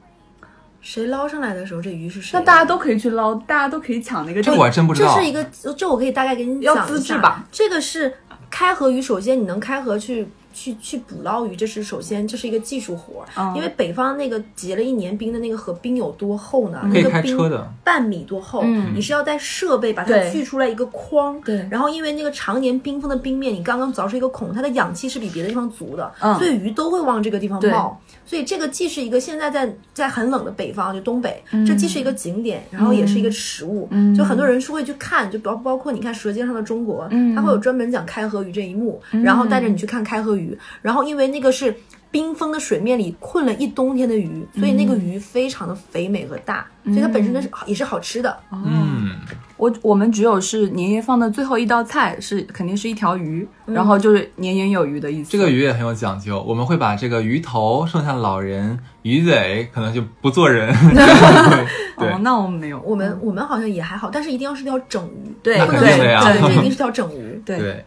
Speaker 2: 谁捞上来的时候，这鱼是谁
Speaker 3: 那
Speaker 2: 的？
Speaker 3: 大家都可以去捞，大家都可以抢那个。
Speaker 1: 这个我还真不知
Speaker 2: 这
Speaker 1: 道
Speaker 2: 是。一个，这我可以大概给你讲一下
Speaker 3: 要资质吧。
Speaker 2: 这个是开河鱼，首先你能开河去去去捕捞鱼，这是首先这是一个技术活儿，
Speaker 3: 嗯
Speaker 2: 因为北方那个结了一年冰的那个河冰有多厚呢？
Speaker 1: 可以
Speaker 2: 那个
Speaker 1: 开车
Speaker 2: 冰
Speaker 1: 的，
Speaker 2: 半米多厚，
Speaker 3: 嗯
Speaker 2: 你是要带设备把它
Speaker 4: 对
Speaker 2: 锯出来一个框。
Speaker 4: 对
Speaker 2: 然后，因为那个常年冰封的冰面，你刚刚凿出一个孔，它的氧气是比别的地方足的，
Speaker 3: 嗯
Speaker 2: 所以鱼都会往这个地方
Speaker 4: 对
Speaker 2: 冒。所以这个既是一个现在在在很冷的北方，就东北，
Speaker 4: 嗯
Speaker 2: 这既是一个景点，然后也是一个食物。就很多人是会去看，就包包括你看《舌尖上的中国》，
Speaker 4: 嗯
Speaker 2: 它会有专门讲开河鱼这一幕，然后带着你去看开河鱼。然后因为那个是冰封的水面里困了一冬天的鱼，所以那
Speaker 4: 嗯
Speaker 2: 个鱼非常的肥美和大，所以它本身它是也是好吃的。
Speaker 1: 嗯，
Speaker 3: 我我们只有是年夜饭的最后一道菜是肯定是一条鱼，
Speaker 2: 嗯
Speaker 3: 然后就是年年有余的意思。哦
Speaker 1: 这个鱼也很有讲究，我们会把这个鱼头剩下的老人，鱼尾可能就不做人，对
Speaker 3: 哦，那我们没有，
Speaker 2: 我们我们好像也还好，但是一定要是条整鱼，
Speaker 4: 嗯对
Speaker 1: 那
Speaker 2: 不
Speaker 1: 肯
Speaker 2: 能
Speaker 1: 定
Speaker 2: 是
Speaker 1: 的呀
Speaker 2: 对，
Speaker 3: 对
Speaker 2: 这 一定是条整鱼。
Speaker 3: 对
Speaker 1: 对，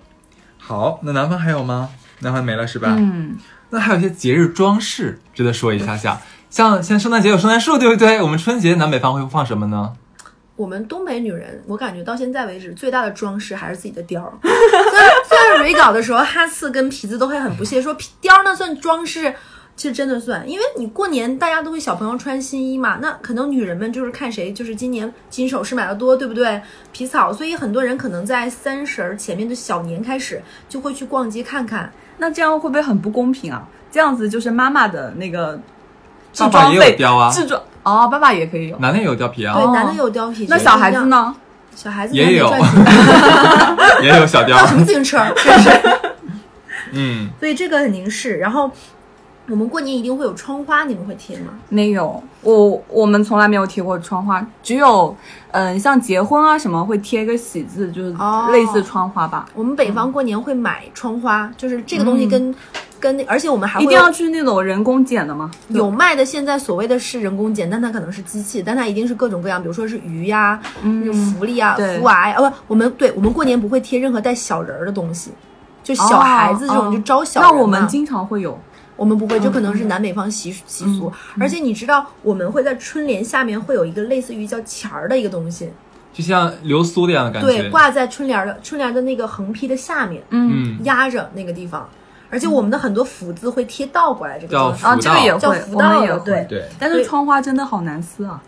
Speaker 1: 好，那南方还有吗？南方没了是吧？
Speaker 3: 嗯，
Speaker 1: 那还有一些节日装饰值得说一下下，像像圣诞节有圣诞树，对不对？我们春节南北方会放什么呢？
Speaker 2: 我们东北女人，我感觉到现在为止最大的装饰还是自己的貂儿。 虽然虽然蕊搞的时候，哈刺跟皮子都会很不屑说皮貂儿那算装饰。其实真的算，因为你过年大家都会小朋友穿新衣嘛，那可能女人们就是看谁就是今年金首饰买的多，对不对？皮草，所以很多人可能在三十儿前面的小年开始就会去逛街看看，
Speaker 3: 那这样会不会很不公平啊？这样子就是妈妈的那个制
Speaker 1: 爸爸
Speaker 3: 装
Speaker 1: 也
Speaker 3: 费，
Speaker 1: 有貂啊
Speaker 3: 制装哦，爸爸也可以有。
Speaker 1: 男的也有貂皮啊
Speaker 2: 对，，
Speaker 3: 哦
Speaker 2: 男的有貂皮，
Speaker 3: 那
Speaker 2: 就
Speaker 3: 小
Speaker 2: 是
Speaker 3: 孩
Speaker 2: 一
Speaker 3: 子
Speaker 2: 样？
Speaker 3: 呢？
Speaker 2: 小孩子
Speaker 1: 也
Speaker 2: 赶紧
Speaker 1: 有
Speaker 2: 赚 钱
Speaker 1: 也有小
Speaker 2: 要什
Speaker 1: 貂，
Speaker 2: 么自行车？真是。
Speaker 1: 嗯，
Speaker 2: 所以这个肯定是。然后我们过年一定会有窗花，你们会贴吗？
Speaker 3: 没有，我我们从来没有贴过窗花，只有嗯、呃像结婚啊什么会贴个喜字，就是
Speaker 2: 哦
Speaker 3: 类似窗花吧。
Speaker 2: 我们北方过年会买窗花，就是这个东西跟、跟那，而且我们还会
Speaker 3: 嗯一
Speaker 2: 有
Speaker 3: 定要去那种人工剪的吗？
Speaker 2: 有卖的。现在所谓的是人工剪，但它可能是机器，但它一定是各种各样，比如说是鱼呀、那种
Speaker 3: 嗯，
Speaker 2: 福利啊、
Speaker 3: 对
Speaker 2: 福娃呀，啊不，我们对我们过年不会贴任何带小人儿的东西。就小
Speaker 3: 哦
Speaker 2: 孩子这种、
Speaker 3: 哦
Speaker 2: 就招小人
Speaker 3: 那
Speaker 2: 嘛，
Speaker 3: 我们嗯经常会有，
Speaker 2: 我们不会，这可能是南北方习习
Speaker 3: 嗯
Speaker 2: 俗。而且你知道，我们会在春联下面会有一个类似于叫钱儿的一个东西，
Speaker 1: 就像流苏那样的感
Speaker 2: 对，
Speaker 1: 觉，
Speaker 2: 挂在春联儿的春联儿的那个横批的下面，
Speaker 3: 嗯
Speaker 1: 嗯，
Speaker 2: 压着那个地方。而且我们的很多福字会贴倒过来，这个
Speaker 1: 叫
Speaker 2: 地方。
Speaker 1: 福
Speaker 3: 啊，这个也
Speaker 2: 叫
Speaker 3: 会，
Speaker 2: 福
Speaker 3: 我们
Speaker 2: 到
Speaker 3: 也
Speaker 2: 了
Speaker 3: 会。
Speaker 1: 对，
Speaker 3: 但
Speaker 2: 所
Speaker 3: 是
Speaker 2: 以
Speaker 3: 窗花真的好难撕啊！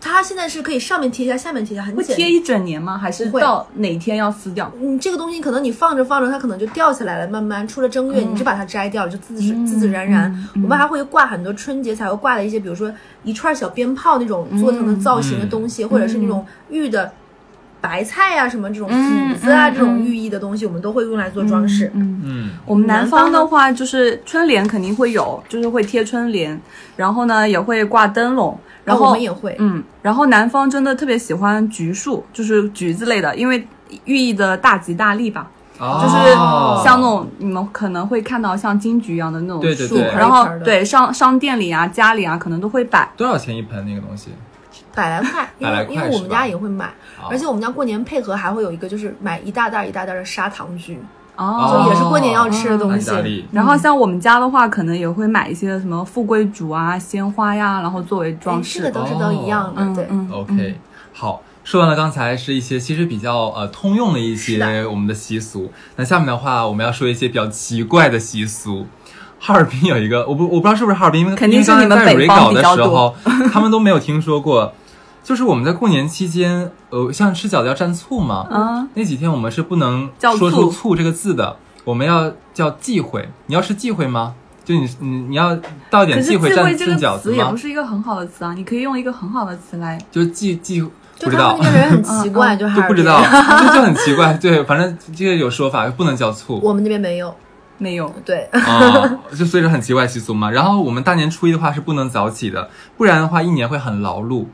Speaker 2: 它现在是可以上面贴一下，下面贴一下，很
Speaker 3: 会
Speaker 2: 简
Speaker 3: 贴
Speaker 2: 单。
Speaker 3: 一整年吗？还是
Speaker 2: 会
Speaker 3: 到哪天要撕掉？
Speaker 2: 嗯，这个东西可能你放着放着，它可能就掉下来了。慢慢出了正
Speaker 3: 嗯
Speaker 2: 月，你就把它摘掉，就自自自自然然。我们还会挂很多春节才会挂的一些，比如说一串小鞭炮那种做成的造型的东
Speaker 3: 嗯
Speaker 2: 西，或者是那种玉的白菜啊什么这种斧子啊
Speaker 3: 嗯嗯
Speaker 2: 这种寓意的东西，我们都会用来做装饰。
Speaker 1: 嗯，
Speaker 3: 我们南
Speaker 2: 南
Speaker 3: 方
Speaker 2: 方呢
Speaker 3: 的话，就是春联肯定会有，就是会贴春联，然后呢也会挂灯笼，然后
Speaker 2: 我们也会，
Speaker 3: 嗯，然后南方真的特别喜欢橘树，就是橘子类的，因为寓意的大吉大利吧，就是
Speaker 1: 哦
Speaker 3: 像那种你们可能会看到像金桔一样的那种树，
Speaker 1: 对对对
Speaker 3: 然后
Speaker 2: 一盆儿的
Speaker 3: 对商商店里啊、家里啊可能都会摆。
Speaker 1: 多少钱一盆那个东西？
Speaker 2: 百来块，因
Speaker 1: 百来
Speaker 2: 为
Speaker 1: 块
Speaker 2: 因为我
Speaker 1: 是
Speaker 2: 们
Speaker 1: 吧
Speaker 2: 家也会买，
Speaker 1: 哦
Speaker 2: 而且我们家过年配合还会有一个，就是买一大袋一大袋的砂糖橘，
Speaker 1: 哦
Speaker 2: 就也是过年要吃的东
Speaker 1: 意
Speaker 2: 西。
Speaker 1: 大利，
Speaker 3: 然后像我们家的话，可能也会买一些什么富贵竹啊、鲜花呀，然后作为
Speaker 2: 哎
Speaker 3: 装
Speaker 2: 这
Speaker 3: 饰
Speaker 2: 个。都是都一样的，
Speaker 1: 哦
Speaker 3: 嗯
Speaker 2: 对。
Speaker 3: 嗯
Speaker 1: OK，好，说完了刚才是一些其实比较呃通用的一
Speaker 2: 是
Speaker 1: 些我们的习俗，那下面的话我们要说一些比较奇怪的习俗。哈尔滨有一个，我不我不知道是不是哈尔滨，因为
Speaker 3: 肯定是
Speaker 1: 因为
Speaker 3: 你们
Speaker 1: 刚才在
Speaker 3: 北
Speaker 1: re
Speaker 3: 方
Speaker 1: 搞
Speaker 3: 比
Speaker 1: 的
Speaker 3: 较
Speaker 1: 时候，他们都没有听说过。就是我们在过年期间，呃，像吃饺子要蘸醋嘛，
Speaker 3: 啊，
Speaker 1: 那几天我们是不能
Speaker 3: 叫
Speaker 1: 说
Speaker 3: 醋
Speaker 1: 出“醋”这个字的，我们要叫忌讳。你要吃忌讳吗？就你你你要倒一
Speaker 3: 可
Speaker 1: 点
Speaker 3: 是
Speaker 1: 忌
Speaker 3: 忌
Speaker 1: 讳蘸
Speaker 3: 讳这
Speaker 1: 蘸饺
Speaker 3: 个
Speaker 1: 子
Speaker 3: 词也
Speaker 1: 吗
Speaker 3: 不？是一个很好的词啊，你可以用一个很好的词来。
Speaker 1: 就是忌忌，
Speaker 2: 就
Speaker 1: 不知
Speaker 2: 他
Speaker 1: 道
Speaker 2: 们那边人很奇怪，就
Speaker 1: 嗯 就
Speaker 2: 还是
Speaker 1: 不知道，就就很奇怪。对，反正这个有说法，不能叫醋
Speaker 2: 我们那边没有，
Speaker 3: 没有，
Speaker 2: 对，
Speaker 1: 啊，就所以说很奇怪习俗嘛。然后我们大年初一的话是不能早起的，不然的话一年会很劳碌。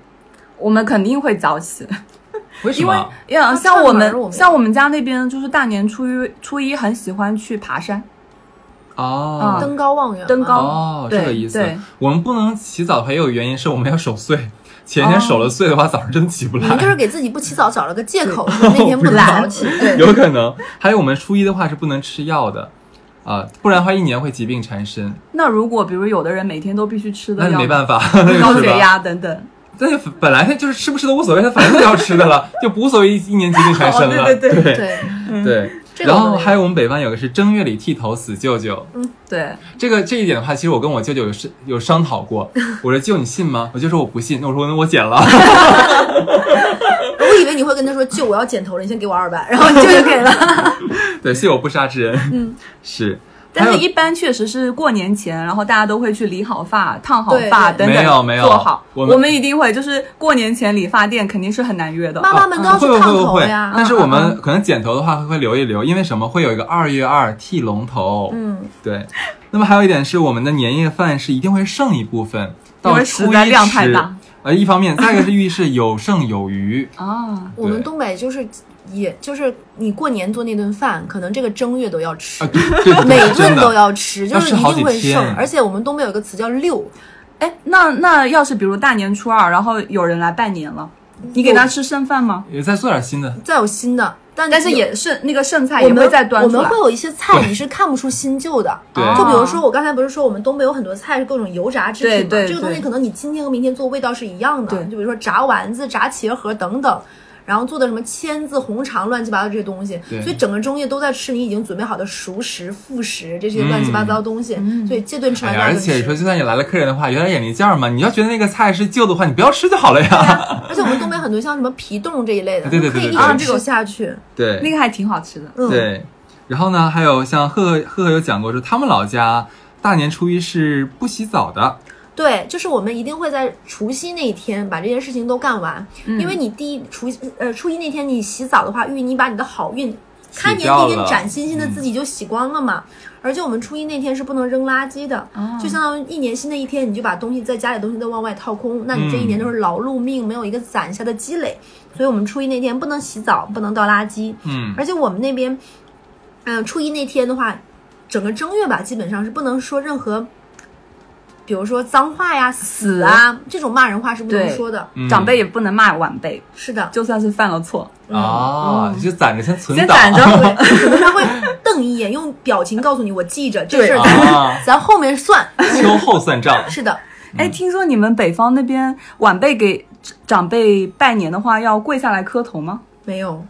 Speaker 3: 我们肯定会早起。
Speaker 1: 为什
Speaker 3: 因为
Speaker 1: 么？
Speaker 3: 呀，
Speaker 2: 那
Speaker 3: 像
Speaker 2: 串
Speaker 3: 我
Speaker 2: 门
Speaker 3: 们
Speaker 2: 儿我们
Speaker 3: 像我们家那边，就是大年初一初一很喜欢去爬山，
Speaker 1: 哦
Speaker 2: 登高望远嘛，
Speaker 3: 登高
Speaker 1: 哦，这个
Speaker 3: 嗯对
Speaker 1: 意思
Speaker 3: 对。
Speaker 1: 我们不能起早，还有原因是我们要守岁。前一天
Speaker 3: 哦
Speaker 1: 守了岁的话，早上真起不
Speaker 2: 你
Speaker 1: 来。
Speaker 2: 们就是给自己不起早找了个 借口，说那天不能早起，对。
Speaker 1: 有可能。还有我们初一的话是不能吃药的，啊、不然的话一年会疾病缠身，
Speaker 3: 那如果比如有的人每天都必须吃
Speaker 1: 那
Speaker 3: 的
Speaker 1: 你
Speaker 3: 药，
Speaker 1: 没办法，
Speaker 3: 高
Speaker 1: 是
Speaker 3: 血
Speaker 1: 吧？
Speaker 3: 压等等，
Speaker 1: 但是本来就是 吃不吃都无所谓，他反正都要吃的了，就无所谓一年疾病缠身了。
Speaker 3: 哦对对
Speaker 1: 对
Speaker 2: 对，
Speaker 1: 对
Speaker 2: 这个
Speaker 1: 然
Speaker 2: 我们
Speaker 1: 后
Speaker 2: 没
Speaker 1: 还有我们北方有个是正月里剃头死舅舅，
Speaker 3: 对，
Speaker 1: 这个这一点的话，其实我跟我舅舅有商有商讨过。我说舅，你信吗？我就说我不信。那我说那我剪了。
Speaker 2: 我以为你会跟他说舅，我要剪头了，你先给我二百，然后舅就 给了。
Speaker 1: 对，谢我不杀之恩。嗯，是。
Speaker 3: 但
Speaker 1: 还
Speaker 3: 是
Speaker 1: 有
Speaker 3: 一般确实是过年前，然后大家都会去理好发、烫好发
Speaker 2: 对
Speaker 3: 等等，
Speaker 1: 没有没有
Speaker 3: 做好。
Speaker 1: 我
Speaker 3: 我
Speaker 1: 们
Speaker 3: 一定会，就是过年前理发店肯定是很难约的。
Speaker 2: 妈妈们都要去
Speaker 1: 会会
Speaker 2: 烫
Speaker 1: 会
Speaker 2: 头
Speaker 1: 会
Speaker 2: 呀，
Speaker 1: 但是
Speaker 3: 嗯
Speaker 1: 我
Speaker 3: 嗯
Speaker 1: 们可能剪头的话会会留一留，因为什么？会有一个二月二剃龙头。
Speaker 2: 嗯，
Speaker 1: 对。那么还有一点是，我们的年夜饭是一定会剩一部分，
Speaker 3: 因
Speaker 1: 到
Speaker 3: 为
Speaker 1: 初
Speaker 3: 实
Speaker 1: 一
Speaker 3: 在量
Speaker 1: 吃
Speaker 3: 太大。
Speaker 1: 呃，一方面，再一个是寓意是有剩有余。
Speaker 3: 啊，
Speaker 2: 我们
Speaker 1: 对
Speaker 2: 东北就是，也就是你过年做那顿饭，可能这个正月都要吃
Speaker 1: 啊，，对对 对，
Speaker 2: 每
Speaker 1: 真
Speaker 2: 顿
Speaker 1: 的
Speaker 2: 都要吃，就
Speaker 1: 要
Speaker 2: 是
Speaker 1: 吃
Speaker 2: 一
Speaker 1: 好几
Speaker 2: 定会剩
Speaker 1: 天。
Speaker 2: 而且我们东北有个词叫“六
Speaker 3: 哎，那那要是比如大年初二，然后有人来拜年了，你给他吃剩饭吗？
Speaker 1: 也再做点新的。”，
Speaker 2: 再有新的，但
Speaker 3: 但是
Speaker 2: 有
Speaker 3: 也是那个剩
Speaker 2: 我
Speaker 3: 菜也
Speaker 2: 们
Speaker 3: 会再端
Speaker 2: 我
Speaker 3: 出
Speaker 2: 们
Speaker 3: 来哦
Speaker 2: 会。有一些菜
Speaker 1: 对
Speaker 2: 你是看不出新旧的。
Speaker 1: 对
Speaker 2: 就比如说，我刚才不是说我们东北有很多菜是各种油炸制品嘛？
Speaker 3: 对对
Speaker 2: 这个东西
Speaker 3: 对
Speaker 2: 可能你今天和明天做味道是一样的。
Speaker 3: 对
Speaker 2: 就比如说炸丸子、炸茄盒等等，然后做的什么签子、红肠、乱七八糟这些东西。
Speaker 1: 对
Speaker 2: 所以整个中夜都在吃你已经准备好的熟食、副食这些乱七八糟的东西。
Speaker 3: 嗯
Speaker 2: 所以这顿吃
Speaker 1: 嗯哎
Speaker 2: 完
Speaker 1: 呀，
Speaker 2: 那
Speaker 1: 而
Speaker 2: 顿
Speaker 1: 且你
Speaker 2: 吃。
Speaker 1: 说，就算你来了客人的话，有点眼力见儿嘛。你要觉得那个菜是旧的话，你不要吃就好了呀。
Speaker 2: 而且我们东北很多像什么皮冻这一类的，
Speaker 1: 对对
Speaker 2: 就可以
Speaker 1: 对对
Speaker 2: 一
Speaker 1: 对
Speaker 2: 直
Speaker 3: 对
Speaker 2: 吃下去。
Speaker 1: 对，
Speaker 3: 那个还挺好吃的。
Speaker 2: 嗯，
Speaker 1: 对，然后呢，还有像赫赫赫赫有讲过说，他们老家大年初一是不洗澡的，
Speaker 2: 对，就是我们一定会在除夕那一天把这件事情都干完，
Speaker 1: 嗯
Speaker 2: 因为你第一除呃初一那天你洗澡的话，寓意你把你的好运，开年
Speaker 1: 洗
Speaker 2: 那
Speaker 1: 掉
Speaker 2: 天
Speaker 1: 了嗯
Speaker 2: 崭新新的自己就洗光了嘛。而且我们初一那天是不能扔垃圾的，
Speaker 1: 哦
Speaker 2: 就相当于一年新的一天，你就把东西在家里的东西都往外掏空，那你这一年都是劳碌命，没有一个攒下的积累。所以我们初一那天不能洗澡，不能倒垃圾，
Speaker 1: 嗯，
Speaker 2: 而且我们那边，嗯、初一那天的话，整个正月吧，基本上是不能说任何，比如说脏话呀、死啊这种骂人话是不能
Speaker 3: 对
Speaker 2: 说的。
Speaker 1: 嗯
Speaker 3: 长辈也不能骂晚辈，
Speaker 2: 是的，
Speaker 3: 就算是犯了错，
Speaker 2: 哦
Speaker 1: 啊，就攒着先存
Speaker 3: 先
Speaker 1: 档，
Speaker 3: 攒着
Speaker 2: 对， 可能他会瞪一眼，用表情告诉你我记着这
Speaker 3: 对
Speaker 2: 事儿咱，
Speaker 1: 啊，
Speaker 2: 咱后面算。
Speaker 1: 秋后算账。
Speaker 2: 是的，
Speaker 3: 哎，听说你们北方那边晚辈给长辈拜年的话，要跪下来磕头吗？
Speaker 2: 没有，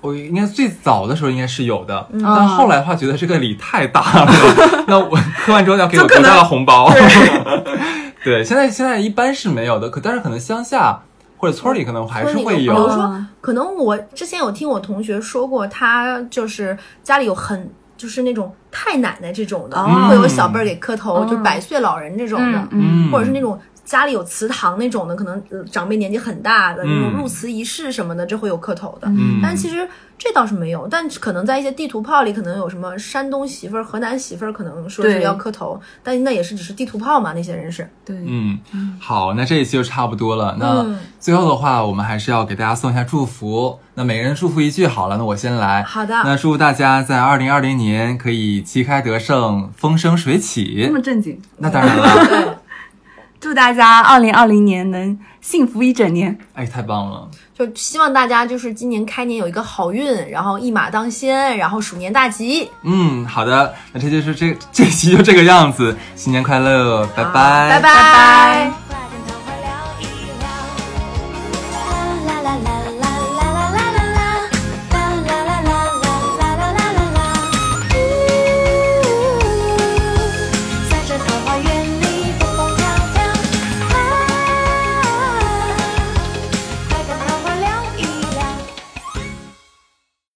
Speaker 1: 我应该最早的时候应该是有的，
Speaker 2: 嗯
Speaker 1: 但后来的话觉得这个礼太大 了，那我磕完之后要给我
Speaker 3: 就可
Speaker 1: 多
Speaker 3: 能
Speaker 1: 大的红包？ 对，现在现在一般是没有的，可但是可能乡下或者村里可能还是
Speaker 2: 村里
Speaker 1: 会有
Speaker 2: 有比如
Speaker 1: 啊
Speaker 2: 说
Speaker 3: 啊
Speaker 2: 可能我之前有听我同学说过，他就是家里有很就是那种太奶奶这种的，
Speaker 3: 哦
Speaker 2: 会有小辈儿给磕头，
Speaker 3: 嗯
Speaker 2: 就百岁老人这种的。
Speaker 1: 嗯
Speaker 2: 或者是那种家里有祠堂那种的，可能呃长辈年纪很大的
Speaker 1: 嗯
Speaker 2: 那种入祠仪式什么的，这会有磕头的。
Speaker 1: 嗯
Speaker 2: 但其实这倒是没有，但可能在一些地图炮里，可能有什么山东媳妇儿、河南媳妇儿，可能说是
Speaker 3: 对
Speaker 2: 要磕头，但那也是只是地图炮嘛，那些人是。
Speaker 3: 对，
Speaker 1: 嗯，好，那这一期就差不多了。那
Speaker 2: 嗯
Speaker 1: 最后的话，我们还是要给大家送一下祝福。那每个人祝福一句好了，那我先来。
Speaker 2: 好的，
Speaker 1: 那祝大家在二零二零年可以旗开得胜，风生水起
Speaker 3: 这。么正经。
Speaker 1: 那当然了，
Speaker 2: 对，
Speaker 3: 祝大家二零二零年能幸福一整年。
Speaker 1: 哎，太棒了！
Speaker 2: 就希望大家就是今年开年有一个好运，然后一马当先，然后鼠年大吉。
Speaker 1: 嗯，好的，那这就是这这期就这个样子，新年快乐，拜
Speaker 2: 好
Speaker 1: 拜
Speaker 2: 拜拜